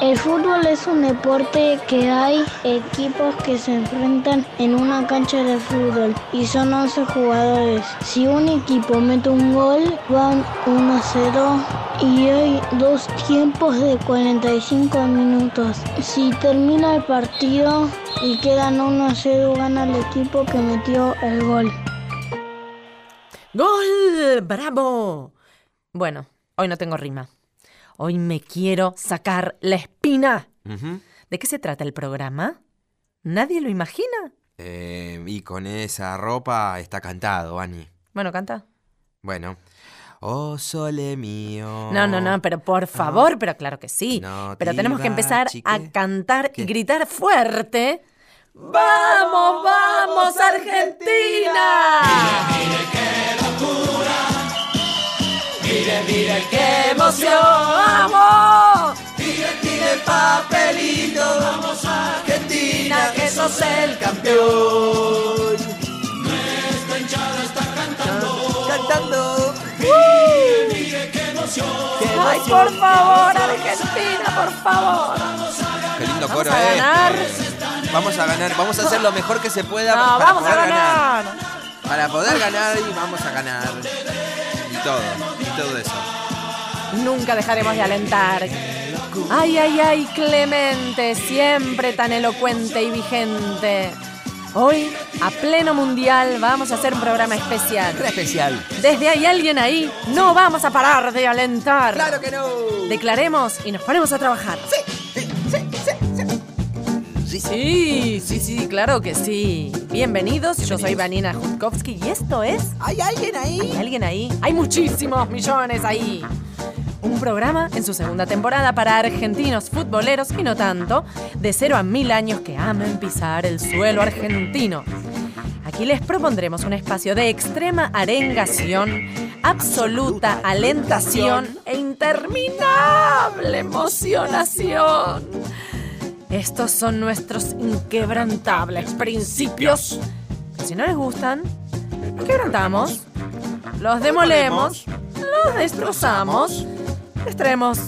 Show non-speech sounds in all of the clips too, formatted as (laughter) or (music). El fútbol es un deporte que hay equipos que se enfrentan en una cancha de fútbol y son 11 jugadores. Si un equipo mete un gol, van 1 a 0 y hay dos tiempos de 45 minutos. Si termina el partido y quedan 1 a 0, gana el equipo que metió el gol. ¡Gol! ¡Bravo! Bueno, hoy no tengo rima. Hoy me quiero sacar la espina. Ujú. ¿De qué se trata el programa? ¿Nadie lo imagina? Eh, y con esa ropa está cantado, Ani. Bueno, canta. Bueno. Oh, sole mío. No, no, no, pero por favor, pero claro que sí. No pero te tenemos que iba, empezar a chique. cantar y ¿Qué? gritar fuerte. ¡Vamos, vamos, Argentina! ¡Mire, mire qué emoción! ¡Vamos! Tire, tire papelito, vamos a Argentina, que sos el campeón. Nuestra hinchada está cantando, cantando. Mire, mire, qué emoción. ¡Ay, por favor, Argentina, por favor! Qué lindo Vamos coro a este. ganar. Vamos a ganar, vamos a hacer lo mejor que se pueda No, para vamos a poder ganar. Para poder ganar y vamos a ganar. Y todo, y todo eso. Nunca dejaremos de alentar. Ay, ay, ay, Clemente, siempre tan elocuente y vigente. Hoy, a pleno mundial, vamos a hacer un programa especial. especial. Desde hay alguien ahí, no vamos a parar de alentar. ¡Claro que no! Declaremos y nos ponemos a trabajar. Sí, sí, sí, sí, claro que sí. Bienvenidos, yo soy Vanina Jutkowski y esto es ¿Hay alguien ahí? ¿Hay alguien ahí? Hay muchísimos millones ahí. Un programa en su segunda temporada para argentinos futboleros y no tanto, de 0 a 1000 años que amen pisar el suelo argentino. Aquí les propondremos un espacio de extrema arengación, absoluta alentación e interminable emocionación. Estos son nuestros inquebrantables principios. Si no les gustan, los quebrantamos, los demolemos, los destrozamos, les traemos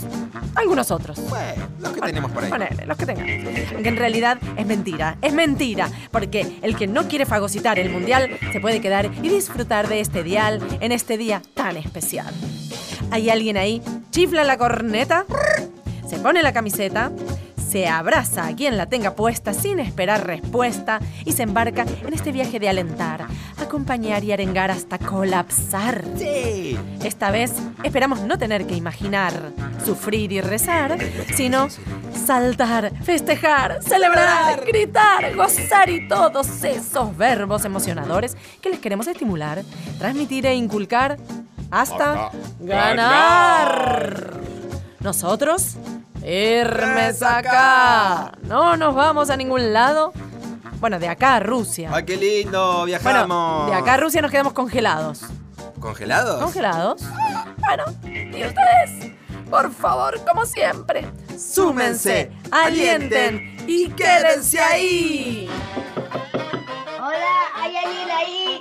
algunos otros. Bueno, lo que tenemos por ahí. Ponele, los que tengan. Aunque en realidad es mentira, es mentira, porque el que no quiere fagocitar el mundial se puede quedar y disfrutar de este dial en este día tan especial. Hay alguien ahí, chifla la corneta, se pone la camiseta, se abraza a quien la tenga puesta sin esperar respuesta y se embarca en este viaje de alentar, acompañar y arengar hasta colapsar. Sí. Esta vez esperamos no tener que imaginar, sufrir y rezar, sino saltar, festejar, celebrar, gritar, gozar y todos esos verbos emocionadores que les queremos estimular, transmitir e inculcar hasta ganar. Nosotros, firmes acá. No nos vamos a ningún lado. Bueno, de acá a Rusia. ¡Ay, qué lindo! Viajamos. Bueno, de acá a Rusia nos quedamos congelados ¿Congelados? congelados. Bueno, y ustedes, por favor, como siempre, súmense, alienten y quédense ahí. Hola, ¿hay alguien ahí?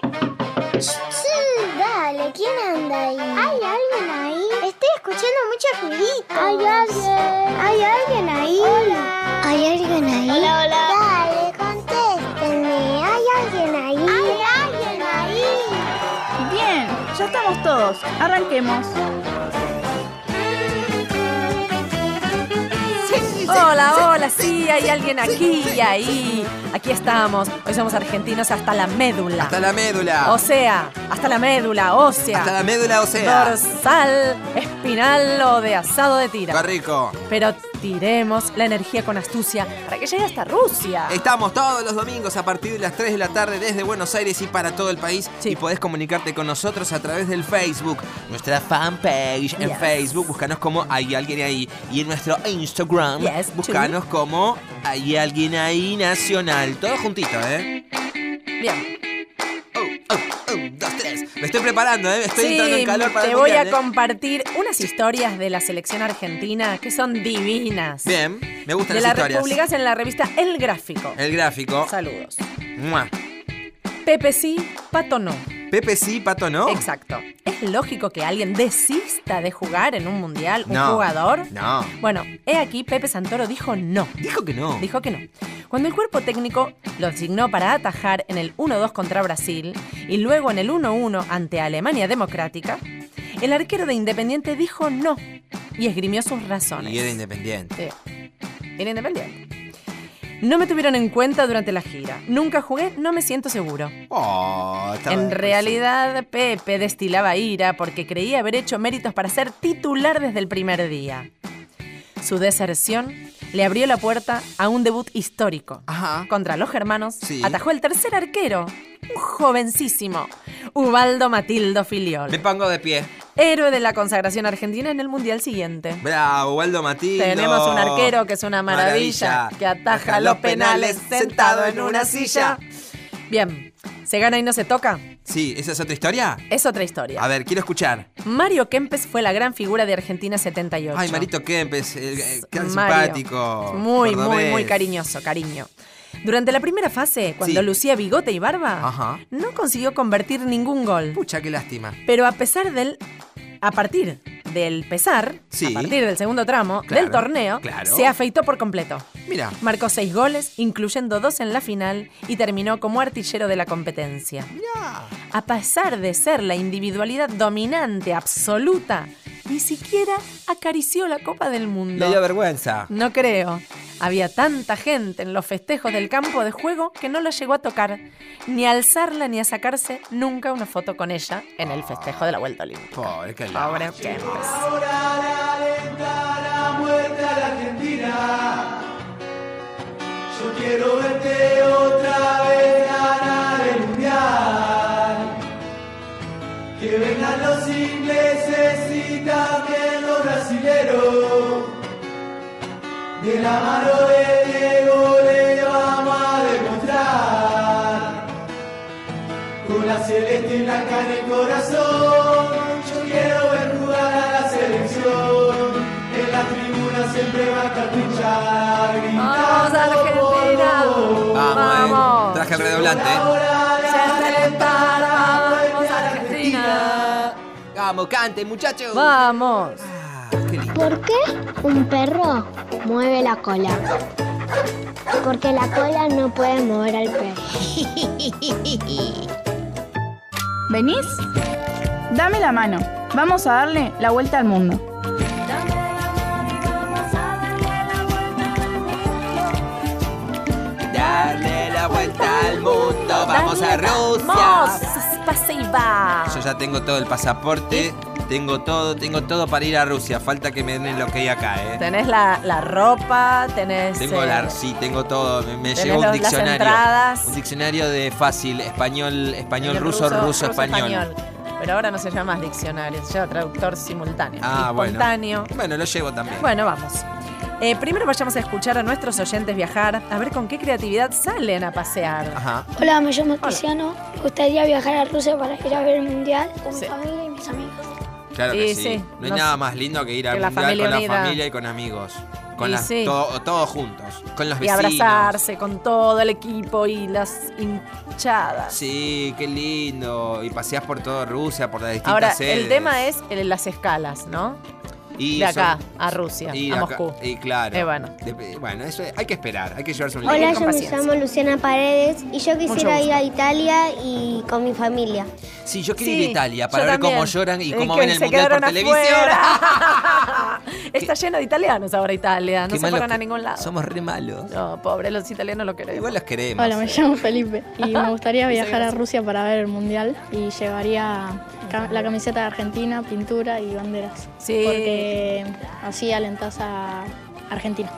Sí, dale, ¿quién anda ahí? ¿Hay alguien ahí? Estoy escuchando muchos ruiditos. ¿Hay alguien? ¿Hay alguien ahí? Hola. ¿Hay alguien ahí? Hola, hola. Dale, contéstenme. ¿Hay alguien ahí? ¿Hay alguien ahí? Bien, ya estamos todos. Arranquemos. Hola, hola, sí, hay alguien aquí y ahí. Aquí estamos. Hoy somos argentinos hasta la médula. Hasta la médula. O sea, hasta la médula ósea. Hasta la médula, o sea. Dorsal, espinal o de asado de tira. Qué rico. Pero tiremos la energía con astucia para que llegue hasta Rusia. Estamos todos los domingos a partir de las 3 de la tarde desde Buenos Aires y para todo el país. Sí. Y podés comunicarte con nosotros a través del Facebook. Nuestra fanpage en Yes. Facebook, búscanos como Hay Alguien Ahí. Y en nuestro Instagram, Yes, búscanos como Hay Alguien Ahí Nacional. Todo juntito, ¿eh? Bien. Oh, oh, un, dos, tres. Me estoy preparando, ¿eh? Me estoy Sí, entrando en calor para te el voy mundial, a ¿eh? compartir unas historias de la selección argentina que son divinas. Bien, me gustan de las las historias. Eh, republicas en la revista El Gráfico. El gráfico. Saludos. Mua. Pepe sí, Pato no. Pepe sí, Pato no. Exacto. ¿Es lógico que alguien desista de jugar en un mundial, un No. jugador? No. Bueno, he aquí, Pepe Santoro dijo no. Dijo que no. Dijo que no. Cuando el cuerpo técnico lo asignó para atajar en el 1-2 contra Brasil y luego en el 1-1 ante Alemania Democrática, el arquero de Independiente dijo no y esgrimió sus razones. Y era independiente. Sí. Era independiente. No me tuvieron en cuenta durante la gira. Nunca jugué, no me siento seguro. Oh, estaba En depresivo. realidad, Pepe destilaba ira porque creía haber hecho méritos para ser titular desde el primer día. Su deserción le abrió la puerta a un debut histórico. Ajá. Contra los hermanos, Sí. atajó el tercer arquero, un jovencísimo, Ubaldo Matildo Me Filiol, pongo de pie. héroe de la consagración argentina en el Mundial siguiente. Bravo, Waldo Matildo. Tenemos un arquero que es una maravilla, que ataja los penales sentado en una silla. Bien, ¿se gana y no se toca? Sí, ¿esa es otra historia? Es otra historia. A ver, quiero escuchar. Mario Kempes fue la gran figura de Argentina 78. Ay, Marito Kempes, el, el- tan Mario. simpático. Muy, muy, cordobés. muy cariñoso, cariño. Durante la primera fase, cuando Sí. lucía bigote y barba, Ajá. no consiguió convertir ningún gol. Pucha, qué lástima. Pero a pesar del. A partir del pesar, Sí. a partir del segundo tramo Claro, del torneo, claro. se afeitó por completo. Mira, Marcó seis goles, incluyendo dos en la final, y terminó como artillero de la competencia. A pesar de ser la individualidad dominante absoluta, ni siquiera acarició la Copa del Mundo. le dio vergüenza. No creo. Había tanta gente en los festejos del campo de juego que no la llegó a tocar, ni a alzarla ni a sacarse nunca una foto con ella en el festejo de la Vuelta Olímpica. Pobre, qué lástima. Pobre Kempes. Yo quiero verte otra vez ganar el mundial. Que vengan los ingleses y también los brasileros. De la mano de Diego le vamos a demostrar. Con la celeste y blanca en el corazón, yo quiero ver jugar a la selección. En la tribuna siempre va a estar tu hinchada ¡Vamos, gritando por Argentina! vos. Vamos, eh. Vamos. Traje el redoblante. eh. Ahora Se la reventará, reventará, vamos, vuelve Argentina. Vamos, cante, muchachos. ¡Vamos! Ah, qué lindo. ¿Por qué un perro mueve la cola? Porque la cola no puede mover al perro. ¿Venís? Dame la mano. Vamos a darle la vuelta al mundo. Darle la vuelta al mundo. Vamos a ¡Vamos! Rusia. ¡Pase y va! Yo ya tengo todo el pasaporte. Tengo todo, tengo todo para ir a Rusia. Falta que me den el ok acá, eh. Tenés la, la ropa, tenés... Tengo eh, la, sí, tengo todo. Me, me Tenés llegó los- un las diccionario. entradas. Un diccionario de fácil, español, español, el ruso, ruso, español. Pero ahora no se llama más diccionario, se llama traductor simultáneo. Ah, bueno. espontáneo. Bueno, lo llevo también. Bueno, vamos. Eh, primero vayamos a escuchar a nuestros oyentes viajar, a ver con qué creatividad salen a pasear. Ajá. Hola, me llamo Cristiano. Me gustaría viajar a Rusia para ir a ver el mundial con mi Sí. familia y mis amigos. Claro Sí, que sí. sí. No hay No nada sé. más lindo que ir al Que la mundial familia con unida. la familia y con amigos. Con Y las, sí. todo- todos juntos. Con los Y vecinos. abrazarse con todo el equipo y las hinchadas. Sí, qué lindo. Y paseás por toda Rusia, por las distintas Ahora, sedes. el tema es el- las escalas, ¿no? Y de eso- acá a Rusia, y a acá- Moscú. Y claro. Eh, bueno. Dep- bueno, eso hay que esperar, hay que llevarse un Hola, Hola, límite. con yo me paciencia. llamo Luciana Paredes y yo quisiera gusto. ir a Italia y con mi familia. Sí, yo quiero Sí, ir a Italia para yo ver cómo también. lloran y Eh, cómo que ven el se mundial por quedaron Ah, televisión. (laughs) afuera. Está lleno de italianos ahora Italia, no Qué se malo fueron a que- ningún lado. Somos re malos. No, pobre, los italianos lo queremos. Igual los queremos. eh. Hola, me llamo Felipe y me gustaría viajar a Rusia para ver el mundial y llevaría ca- la camiseta de Argentina, pintura y banderas. Sí. Porque así alentás a Argentina.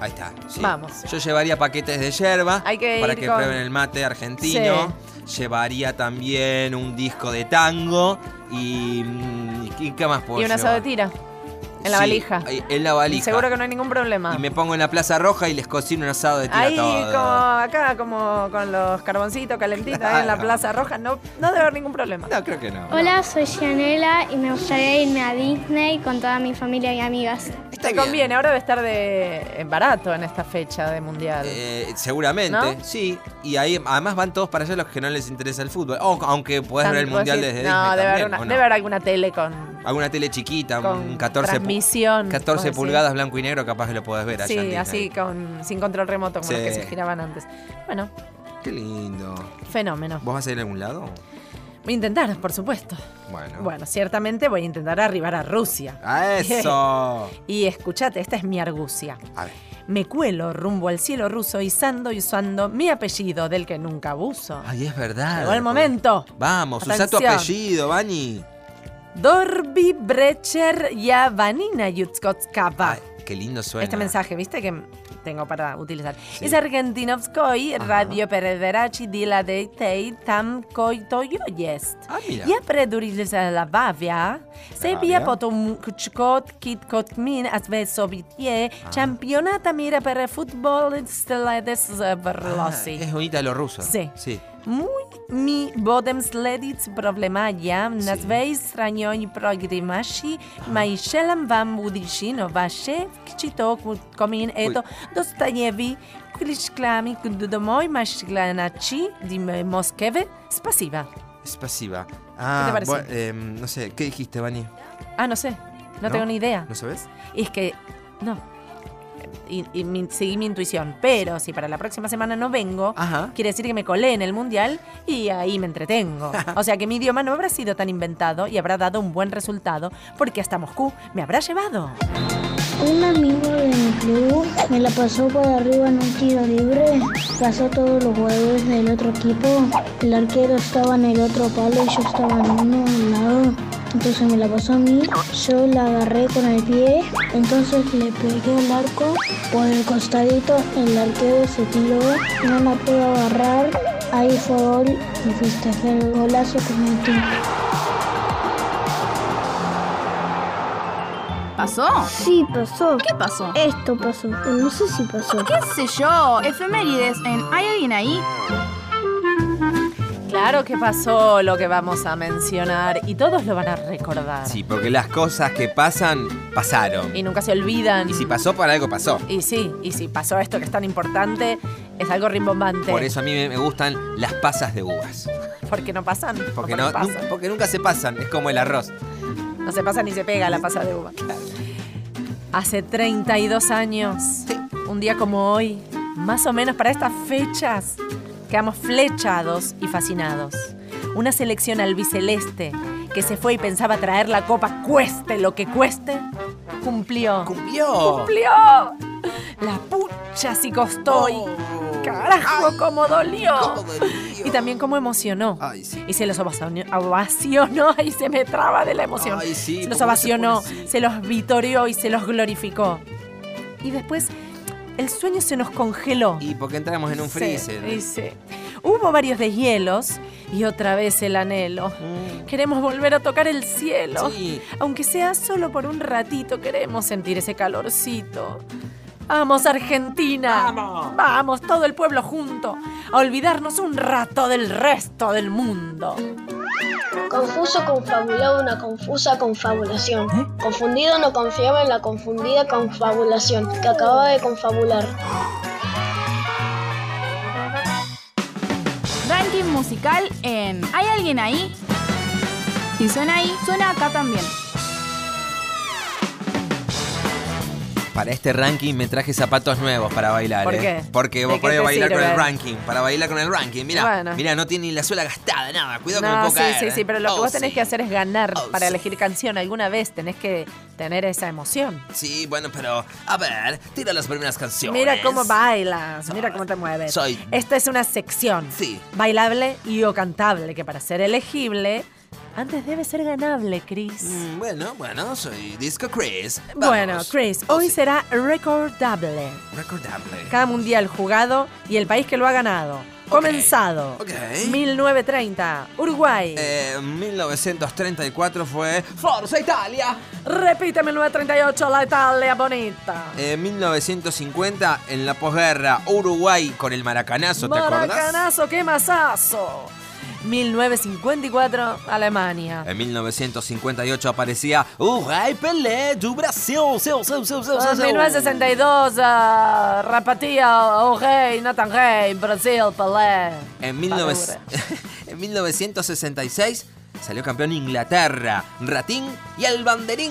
Ahí está. sí. Vamos. Yo llevaría paquetes de yerba Hay que para ir que con- prueben el mate argentino. Llevaría también un disco de tango y. mm, ¿Y qué más puedo Y un asado de llevar? tira. En la Sí, valija. ahí- En la Y valija. seguro que no hay ningún problema. Y me pongo en la Plaza Roja y les cocino un asado de tira Ahí, todo. como acá, como con los carboncitos calentitos ahí en la Claro. Plaza Roja, no, no debe haber ningún problema. No, creo que no. Hola, soy Gianela y me gustaría irme a Disney con toda mi familia y amigas. está Te bien. conviene, ahora debe estar de en barato en esta fecha de mundial. Eh, seguramente, ¿No? sí. Y ahí además van todos para allá los que no les interesa el fútbol. O- aunque puedes ver el También mundial puedo decir, desde no, Disney debe, haber también, una- ¿o no? debe haber alguna tele con, Alguna tele chiquita, un con 14, pu- transmisión. 14 vos decís. pulgadas blanco y negro, capaz que lo puedes ver allá en Sí, Disney. así con, sin control remoto como Sí. los que se giraban antes. Bueno, Qué lindo. fenómeno. ¿Vos vas a ir a algún lado? Voy a intentar, por supuesto. Bueno. Bueno, ciertamente voy a intentar arribar a Rusia. ¡A (laughs) eso! Y escuchate, esta es mi argucia. A ver. Me cuelo rumbo al cielo ruso izando y usando mi apellido del que nunca abuso. Ay, es verdad. Llegó el momento. Vamos, usa tu Atención. apellido, Vani. Dorby Brecher Yavanina Yutskotskapa. Ay, qué lindo suena. Este mensaje, ¿viste? Que tengo para utilizar. Sí. Es argentinovskoy Ajá. radio pereverachi dila de tei tam koitoyoyest. Ah, mira. Я предурилися Лававія, Сербія потім Кучкот, Кіткот Мін, Азве Совітє, Ah. Чемпіоната міра пере футбол Стеледес з Ah, Верлосі. es bonita lo ruso. Sí. Sí. Муй мі бодем следіць проблемая, назвей страньонь прогрімаші, майшелам вам удішіно, ваше вкчіток комін ето достаєві клішкламі домой машкланачі діме Москеве. Спасіба. Es pasiva. Ah, parece? bueno, em, no sé, ¿qué dijiste, Vani? Ah, no sé. No, ¿No? tengo ni idea. ¿No sabes? Y es que, no. Y, y mi- seguí mi intuición. Pero si para la próxima semana no vengo, Ajá. quiere decir que me colé en el mundial y ahí me (laughs) entretengo. o sea que mi idioma no habrá sido tan inventado y habrá dado un buen resultado porque hasta Moscú me habrá llevado. Un amigo de mi club me la pasó por arriba en un tiro libre. Pasó todos los jugadores del otro equipo. El arquero estaba en el otro palo y yo estaba en uno al lado. Entonces me la pasó a mí. Yo la agarré con el pie. Entonces le pegué el arco por el costadito. El arquero se tiró. No la pudo agarrar. Ahí fue gol y festejé el golazo que metí. ¿Pasó? Sí, pasó. ¿Qué pasó? Esto pasó. No sé si pasó. ¿Qué sé yo? Efemérides en ¿Hay alguien ahí? Claro que pasó lo que vamos a mencionar y todos lo van a recordar. Sí, porque las cosas que pasan, pasaron. Y nunca se olvidan. Y si pasó, para algo pasó. Y sí, y si pasó esto que es tan importante, es algo rimbombante. Por eso a mí me me gustan las pasas de uvas. Porque no pasan. o Porque, no, pasan. nun- porque nunca se pasan, es como el arroz. No se pasa ni se pega la pasa de uva. Hace 32 años, un día como hoy, más o menos para estas fechas, quedamos flechados y fascinados. Una selección albiceleste que se fue y pensaba traer la copa cueste lo que cueste, cumplió. ¡Cumplió! ¡Cumplió! La pucha sí costó y carajo Oh. cómo dolió. Ah. Y también cómo emocionó. Ay, sí. Y se los ovacionó, ovacionó y se me traba de la emoción. Ay, sí, se los ¿cómo se pone ovacionó, así? se los vitorió y se los glorificó. Y después el sueño se nos congeló. Y porque entramos en un Sí, freezer. y sí. Hubo varios deshielos y otra vez el anhelo. Queremos volver a tocar el cielo. Mm. Sí. Aunque sea solo por un ratito, queremos sentir ese calorcito. ¡Vamos, Argentina! ¡Vamos! ¡Vamos, todo el pueblo junto! A olvidarnos un rato del resto del mundo. Confuso, confabulado, una confusa confabulación. Confundido, no confiaba en la confundida confabulación que acababa de confabular. Ranking musical en ¿Hay alguien ahí? Si suena ahí, suena acá también. Para este ranking me traje zapatos nuevos para bailar. ¿Por ¿eh? qué? Porque vos ¿De qué podés te bailar con el sirve? ranking. Para bailar con el ranking. Mira, Bueno. mira, no tiene ni la suela gastada, nada. Cuidado que me No, puedo sí, caer, sí, ¿eh? sí, pero lo que Oh, vos tenés sí. que hacer es ganar Oh, para sí. elegir canción. Alguna vez tenés que tener esa emoción. Sí, bueno, pero a ver, tira las primeras canciones. Mira cómo bailas, mira cómo te mueves. Soy- Esta es una sección. Sí. Bailable y o cantable, que para ser elegible, antes debe ser ganable, Chris. Mm, bueno, bueno, soy Disco Chris. Vamos. Bueno, Chris, Oh, hoy sí. será recordable. Recordable. Cada mundial jugado y el país que lo ha ganado. Comenzado. ok. 1930, Uruguay. Eh, 1934 fue Forza Italia. Repite 1938, la Italia bonita. Eh, 1950 en la posguerra Uruguay con el maracanazo, ¿te acordás? Maracanazo, qué masazo. 1954, Alemania. En 1958 aparecía ¡Uh, ay, Pelé, du Brasil! seu, seu, seu, seu, seu, En seu. 1962, ah, Rapatía, O'Reilly, Nathan Rey, Brasil, Pelé. En, 19 (laughs) en 1966 salió campeón Inglaterra, Ratín y el Banderín.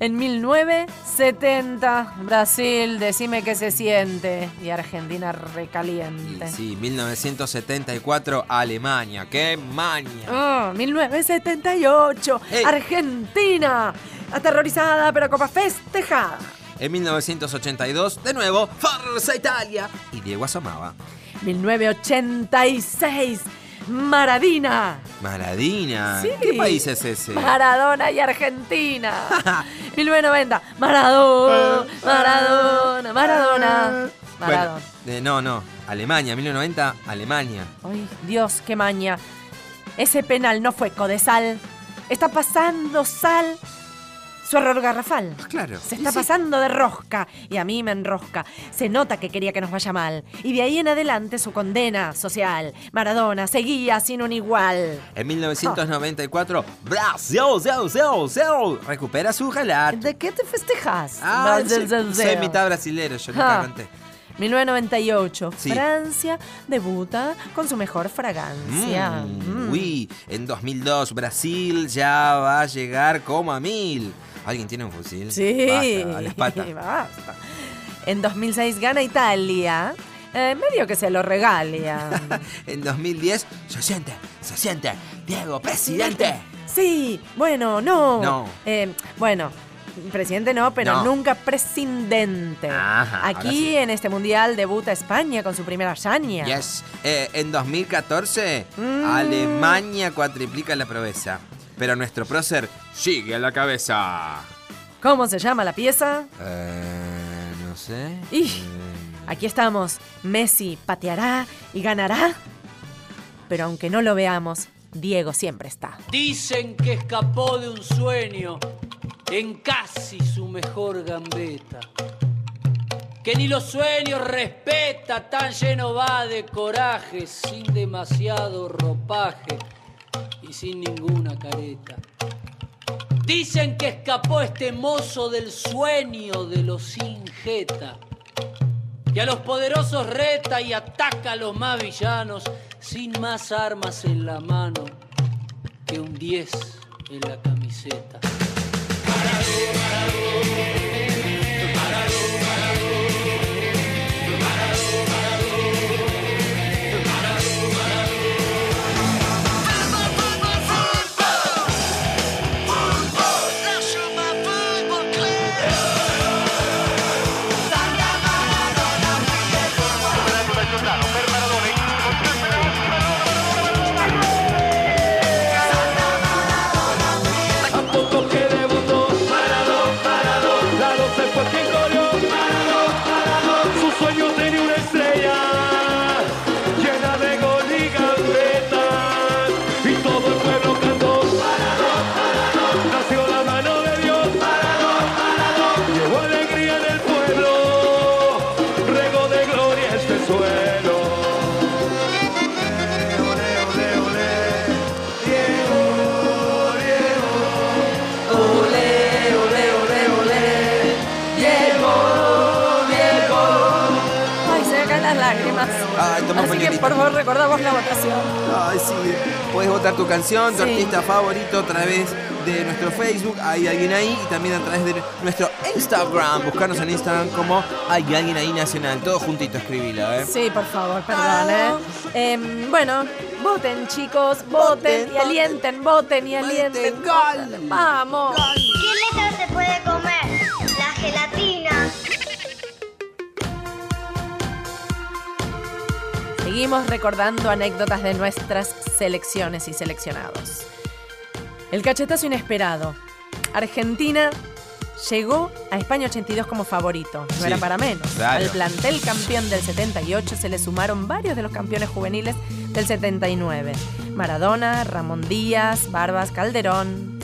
En 1970, Brasil, decime qué se siente. Y Argentina recaliente. Sí, 1974 Alemania, qué maña. Ah, 1978, Ey. Argentina, aterrorizada pero copa festejada. En 1982, de nuevo, Forza Italia. Y Diego asomaba. 1986, Maradina. Maradina. Sí. ¿Qué país es ese? Maradona y (laughs) Argentina. 1990, Maradona, Maradona, Maradona. Maradona. Bueno, eh, no, no. Alemania, 1990, Alemania. Ay, Dios, qué maña. Ese penal no fue codesal. Está pasando sal. Su error garrafal. Claro. Ah, Se está pasando de rosca y a mí me enrosca. Se nota que quería que nos vaya mal. Y de ahí en adelante su condena social. Maradona seguía sin un igual. En 1994, Ah. Brasil, Zeu, Zeu, Zeu, recupera su jalar. ¿De qué te festejas? Ah, Brasil, soy, Brasil, soy Brasil. mitad brasilero, yo Ah. nunca canté. 1998, Sí. Francia debuta con su mejor fragancia. Mm, Mm. Uy, en 2002 Brasil ya va a llegar como a mil. ¿Alguien tiene un fusil? Sí, Basta, a la espata. (laughs) basta. En 2006 gana Italia. Eh, medio que se lo (laughs) regalia. En 2010, se siente, se siente, Diego, presidente. Sí, bueno, no. No. Eh, bueno, presidente no, pero No. nunca presidente. Ajá, ahora Aquí sí. en este mundial debuta España con su primera hazaña. Yes. Eh, en 2014, Mm. Alemania cuatriplica la proeza. Pero nuestro prócer sigue a la cabeza. ¿Cómo se llama la pieza? Eh, no sé. Ih. Eh, Aquí estamos. Messi pateará y ganará. Pero aunque no lo veamos, Diego siempre está. Dicen que escapó de un sueño en casi su mejor gambeta. Que ni los sueños respeta, tan lleno va de coraje, sin demasiado ropaje y sin ninguna careta. Dicen que escapó este mozo del sueño de los sin jeta. Que a los poderosos reta y ataca a los más villanos sin más armas en la mano que un 10 en la camiseta. Tampoco que debutó Maradón, Maradón La 12 fue quien corrió Maradón, Maradón Su sueño tenía una estrella Llena de gol y gambetas Y todo el pueblo cantó Maradón, Maradón Nació la mano de Dios Maradón, Maradón Llevó alegría en el pueblo Rego de gloria este suelo Ole, ole, ole, ole Diego, Diego Ay, se me caen las lágrimas. Ay, toma Así que pañuelito. por favor recordamos la votación. Ay, sí. Puedes votar tu canción, tu Sí. artista favorito a través de nuestro Facebook, hay alguien ahí, y también a través de nuestro Instagram. Buscarnos en Instagram como hay alguien ahí nacional. Todo juntito, escribilo, ¿eh? Sí, por favor, perdón, ¿eh? Em, bueno, voten, chicos, voten, Voten, y alienten, voten y alienten. gol. ¡Vamos! ¿Qué letra se puede comer? La gelatina. Seguimos recordando anécdotas de nuestras selecciones y seleccionados. El cachetazo inesperado. Argentina llegó a España 82 como favorito. No Sí, era para menos. claro. Al plantel campeón del 78 se le sumaron varios de los campeones juveniles del 79. Maradona, Ramón Díaz, Barbas, Calderón.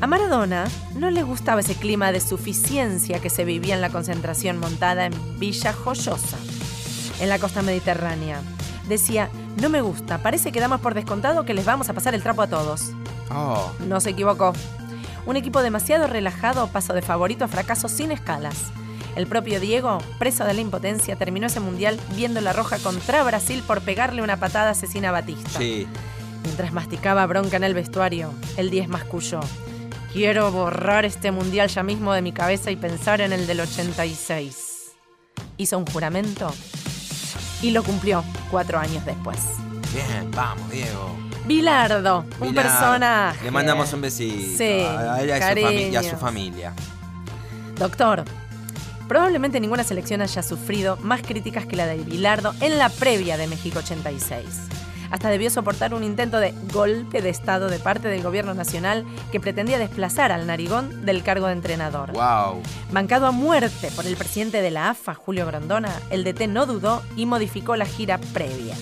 A Maradona no le gustaba ese clima de suficiencia que se vivía en la concentración montada en Villa Joyosa, en la costa mediterránea. decía, no me gusta, parece que damos por descontado que les vamos a pasar el trapo a todos. Oh. No se equivocó. Un equipo demasiado relajado pasó de favorito a fracaso sin escalas. El propio Diego, preso de la impotencia, terminó ese mundial viendo la roja contra Brasil por pegarle una patada asesina a Batista. Sí. Mientras masticaba bronca en el vestuario, el 10 masculló. Quiero borrar este mundial ya mismo de mi cabeza y pensar en el del 86. Hizo un juramento y lo cumplió cuatro años después. Bien, vamos, Diego. Bilardo, un Mirá, personaje. Le mandamos un besito. Sí, a él y a su fami- y a su cariños. familia. Doctor, probablemente ninguna selección haya sufrido más críticas que la de Bilardo en la previa de México 86. Hasta debió soportar un intento de golpe de Estado de parte del gobierno nacional que pretendía desplazar al narigón del cargo de entrenador. Wow. Bancado a muerte por el presidente de la AFA, Julio Grondona, el DT no dudó y modificó la gira previa.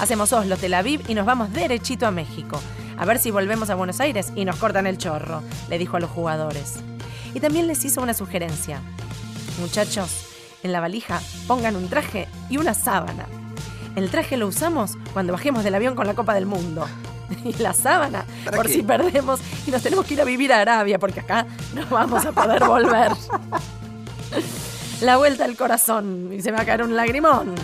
Hacemos Oslo, Tel Aviv y nos vamos derechito a México. A ver si volvemos a Buenos Aires y nos cortan el chorro, le dijo a los jugadores. Y también les hizo una sugerencia. Muchachos, en la valija pongan un traje y una sábana. El traje lo usamos cuando bajemos del avión con la Copa del Mundo. (laughs) Y la sábana, ¿Para por qué? si perdemos y nos tenemos que ir a vivir a Arabia, porque acá no vamos a poder (laughs) volver. La vuelta al corazón y se me va a caer un lagrimón.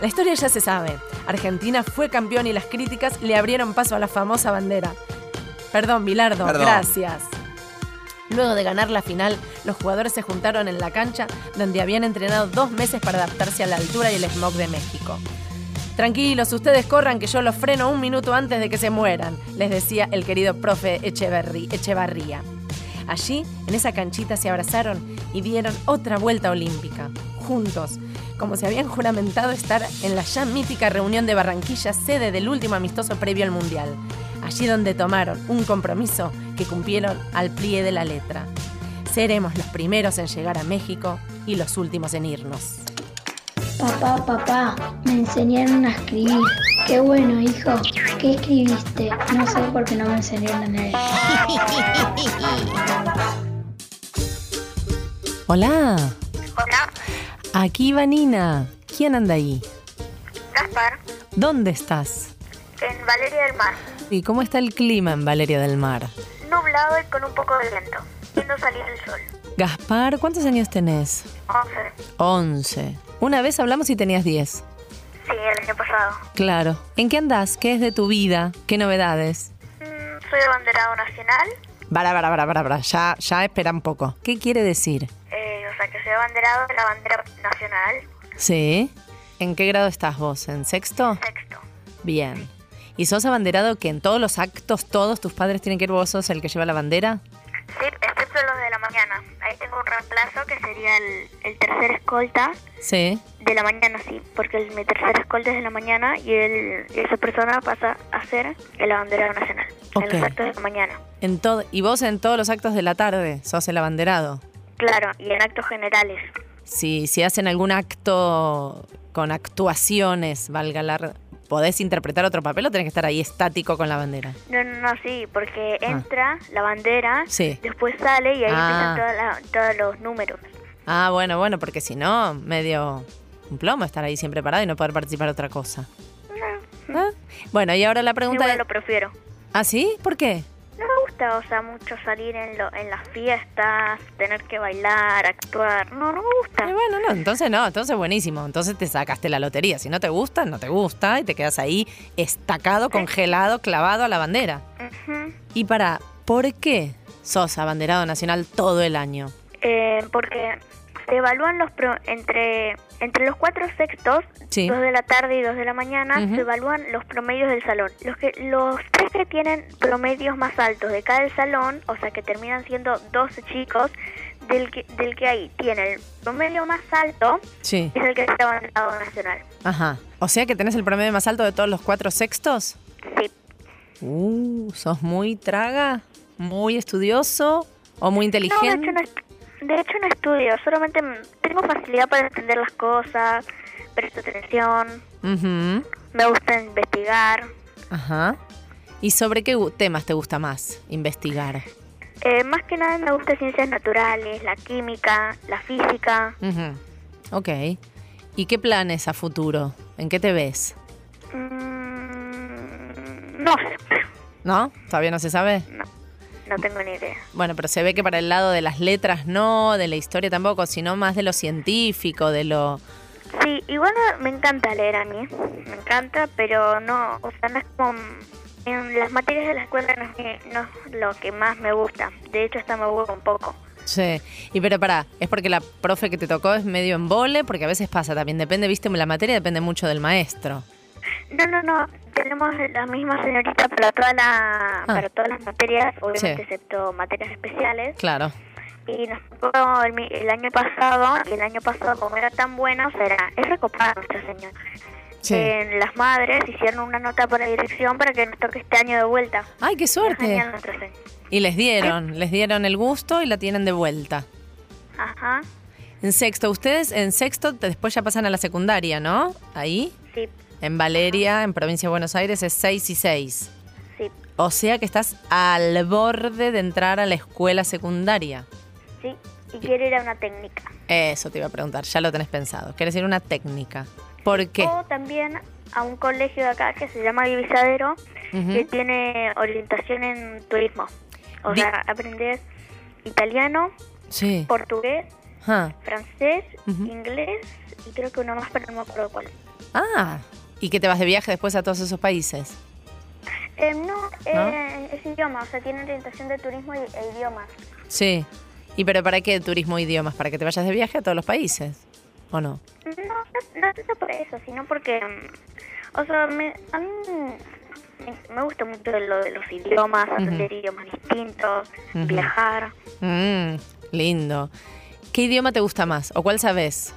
La historia ya se sabe. Argentina fue campeón y las críticas le abrieron paso a la famosa bandera. Perdón, Bilardo, Perdón. gracias. Luego de ganar la final, los jugadores se juntaron en la cancha donde habían entrenado dos meses para adaptarse a la altura y el smog de México. Tranquilos, ustedes corran que yo los freno un minuto antes de que se mueran, les decía el querido profe Echeverri- Echevarría. Allí, en esa canchita, se abrazaron y dieron otra vuelta olímpica, juntos, como se habían juramentado estar en la ya mítica reunión de Barranquilla, sede del último amistoso previo al Mundial, allí donde tomaron un compromiso que cumplieron al plie de la letra. Seremos los primeros en llegar a México y los últimos en irnos. Papá, papá, me enseñaron a escribir. Qué bueno, hijo. ¿Qué escribiste? No sé por qué no me enseñaron a leer. Hola. Aquí va Nina. ¿Quién anda ahí? Gaspar, ¿Dónde estás? en Valeria del Mar. ¿Y cómo está el clima en Valeria del Mar? Nublado y con un poco de viento. Viendo salir el sol. Gaspar, ¿cuántos años tenés? 11. 11. Una vez hablamos y tenías 10. Sí, el año pasado. Claro. ¿En qué andás? ¿Qué es de tu vida? ¿Qué novedades? Mm, Soy abanderado nacional. Para, para, para, para, para. Ya, ya espera un poco. ¿Qué quiere decir? eh, o sea, que soy abanderado de la bandera nacional. Sí. ¿En qué grado estás vos? ¿En sexto? Sexto. Bien. ¿Y sos abanderado que en todos los actos, todos tus padres tienen que ir vos sos el que lleva la bandera? Sí, excepto los de la mañana. Ahí tengo un reemplazo que sería el, el tercer escolta Sí. de la mañana, sí. Porque el- mi tercer escolta es de la mañana y, él- y esa persona pasa a ser el abanderado nacional. En los Ok. actos de la mañana. En todo, y vos en todos los actos de la tarde sos el abanderado. Claro, y en actos generales. Si, si hacen algún acto con actuaciones, valga la... re- ¿Podés interpretar otro papel o tenés que estar ahí estático con la bandera? No, no, no, sí, porque entra la bandera, Ah. Sí. después sale y ahí Ah. empiezan toda la- todos los números. Ah, bueno, bueno, porque si no, medio un plomo estar ahí siempre parado y no poder participar de otra cosa. ¿Ah? Bueno, y ahora la pregunta Mm. Igual es... lo prefiero. ¿Ah, sí? ¿Por qué? No me gusta, o sea, mucho salir en, lo, en las fiestas, tener que bailar, actuar. No, no me gusta. bueno, No, entonces no, entonces buenísimo. Entonces te sacaste la lotería. Si no te gusta, no te gusta y te quedas ahí estacado, congelado, clavado a la bandera. Y para, ¿por qué sos abanderado nacional todo el año? Eh, porque se evalúan los pro- entre entre los cuatro sextos, Sí. dos de la tarde y dos de la mañana, Ujú. se evalúan los promedios del salón. Los que los tres que tienen promedios más altos de cada salón, o sea que terminan siendo 12 chicos, del que, del que ahí tiene el promedio más alto, Sí. es el que está abandonado nacional. Ajá. O sea que tenés el promedio más alto de todos los cuatro sextos. Sí. Uh, sos muy traga, muy estudioso o muy No, de inteligente. hecho no, est- de hecho no estudio, solamente m- tengo facilidad para entender las cosas, presto atención, Ujú. me gusta investigar. Ajá. ¿Y sobre qué gu- temas te gusta más investigar? Eh, más que nada me gusta ciencias naturales, la química, la física. Ujú. Ok. ¿Y qué planes a futuro? ¿En qué te ves? Mm, No, ¿No? ¿Todavía no se sabe? (laughs) no tengo ni idea. Bueno, pero se ve que para el lado de las letras no, de la historia tampoco, sino más de lo científico, de lo... Sí, igual me encanta leer a mí, me encanta, pero no, o sea, no es como... En las materias de la escuela no es, mi- no es lo que más me gusta, de hecho hasta me aburro un poco. Sí. Y pero pará, es porque la profe que te tocó es medio en vole, porque a veces pasa también, depende, viste, la materia depende mucho del maestro. No, no, no, tenemos la misma señorita para, toda la, para todas las materias, obviamente Sí. excepto materias especiales. Claro. Y nos tocó el, mi- el año pasado, y el año pasado como era tan bueno, o sea, era, es recopada nuestra señora. Sí. En las madres hicieron una nota para dirección para que nos toque este año de vuelta. ¡Ay, qué suerte! Genial, nuestra señora. Y les dieron, les dieron el gusto y la tienen de vuelta. Ajá, En sexto, ustedes en sexto te- después ya pasan a la secundaria, ¿no? Ahí. Sí. En Valeria, en provincia de Buenos Aires, es 6 y 6. Sí. O sea que estás al borde de entrar a la escuela secundaria. sí. Y quiero ir a una técnica. Eso te iba a preguntar, ya lo tenés pensado. Quieres ir a una técnica. ¿Por qué? O también a un colegio de acá que se llama Divisadero, Ujú. que tiene orientación en turismo. O Di- sea, aprender italiano, Sí. portugués, Ah. francés, Ujú. inglés y creo que uno más, pero no me acuerdo cuál. Ah, ¿Y que te vas de viaje después a todos esos países? Eh, no, eh, es idioma, o sea, tiene orientación de turismo y, e idiomas. Sí. ¿Y pero para qué turismo e idiomas? ¿Para que te vayas de viaje a todos los países? ¿O no? No, no, no tanto por eso, sino porque, mm, o sea, me, a mí me, me gusta mucho lo de los idiomas, aprender idiomas distintos, Ujú. viajar. Mm, lindo. ¿Qué idioma te gusta más o cuál sabes?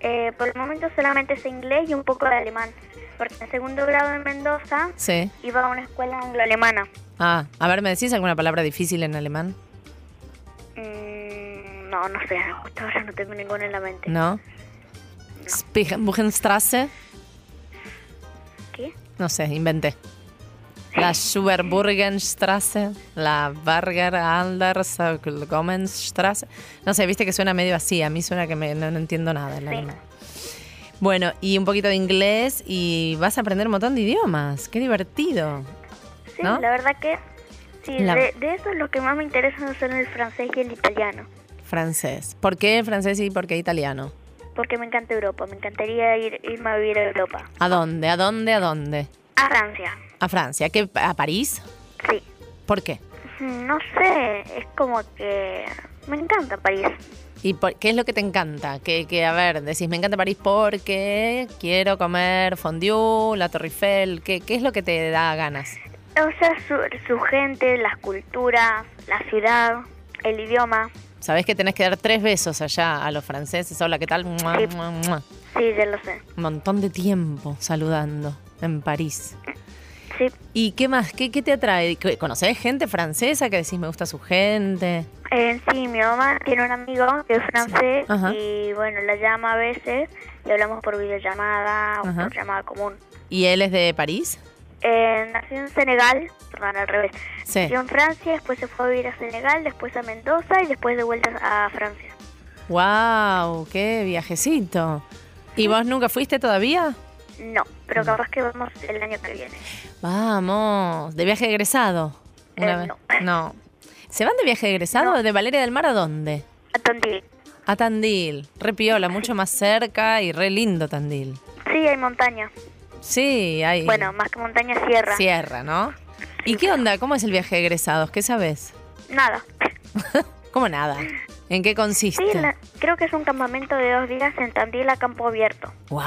Eh, por el momento solamente sé inglés y un poco de alemán, porque en segundo grado en Mendoza Sí. iba a una escuela anglo-alemana. Ah, a ver, ¿me decís alguna palabra difícil en alemán? Mm, no, no sé, justo ahora no tengo ninguna en la mente. ¿No? Buchenstrasse. ¿Qué? No sé, inventé. La Schwerburgenstrasse, la Barger Anders Gommenstrasse. No sé, viste que suena medio así. A mí suena que me- no, no entiendo nada. en Sí. alemán. Bueno, y un poquito de inglés y vas a aprender un montón de idiomas. Qué divertido. Sí, ¿No? la verdad que sí, La- de, de eso lo que más me interesan son el francés y el italiano, Francés. ¿Por qué francés y por qué italiano? porque me encanta Europa, me encantaría ir, irme a vivir a Europa, ¿A dónde? ¿A dónde? ¿A dónde? a Francia. ¿A Francia? ¿Qué, ¿A París? Sí. ¿Por qué? Mm, No sé, es como que me encanta París. ¿Y por, qué es lo que te encanta? Que, que, a ver, decís, me encanta París porque quiero comer fondue, la Torre Eiffel. ¿Qué, qué es lo que te da ganas? O sea, su, su gente, las culturas, la ciudad, el idioma. Sabés que tenés que dar tres besos allá a los franceses. Hola, ¿qué tal? Mua, Sí. mua, mua. Sí, ya lo sé. Un montón de tiempo saludando en París. Sí. ¿Y qué más? ¿Qué, qué te atrae? ¿Qué- ¿Conocés gente francesa que decís, me gusta su gente? Eh, sí, mi mamá tiene un amigo que es francés Ajá. y bueno, la llama a veces y hablamos por videollamada o Ajá. por llamada común. ¿Y él es de París? Eh, nació en Senegal, perdón, al revés. Sí. Nació en Francia, después se fue a vivir a Senegal, después a Mendoza y después de vuelta a Francia. ¡Wow! ¡Qué viajecito! ¿Y vos nunca fuiste todavía? No, pero Mm. capaz que vamos el año que viene. Vamos, de viaje egresado. Eh, vez- no. ¿Se van de viaje egresado de Valeria del Mar a dónde? A Tandil. A Tandil, re piola, mucho más cerca y re lindo Tandil. Sí, hay montaña. Sí, hay Bueno, más que montaña, sierra. sierra, ¿no? ¿Y qué onda? ¿Cómo es el viaje de egresados? ¿Qué sabes? Nada. ¿Cómo nada? ¿En qué consiste? Sí, la- creo que es un campamento de dos días en Tandil a campo abierto. Wow.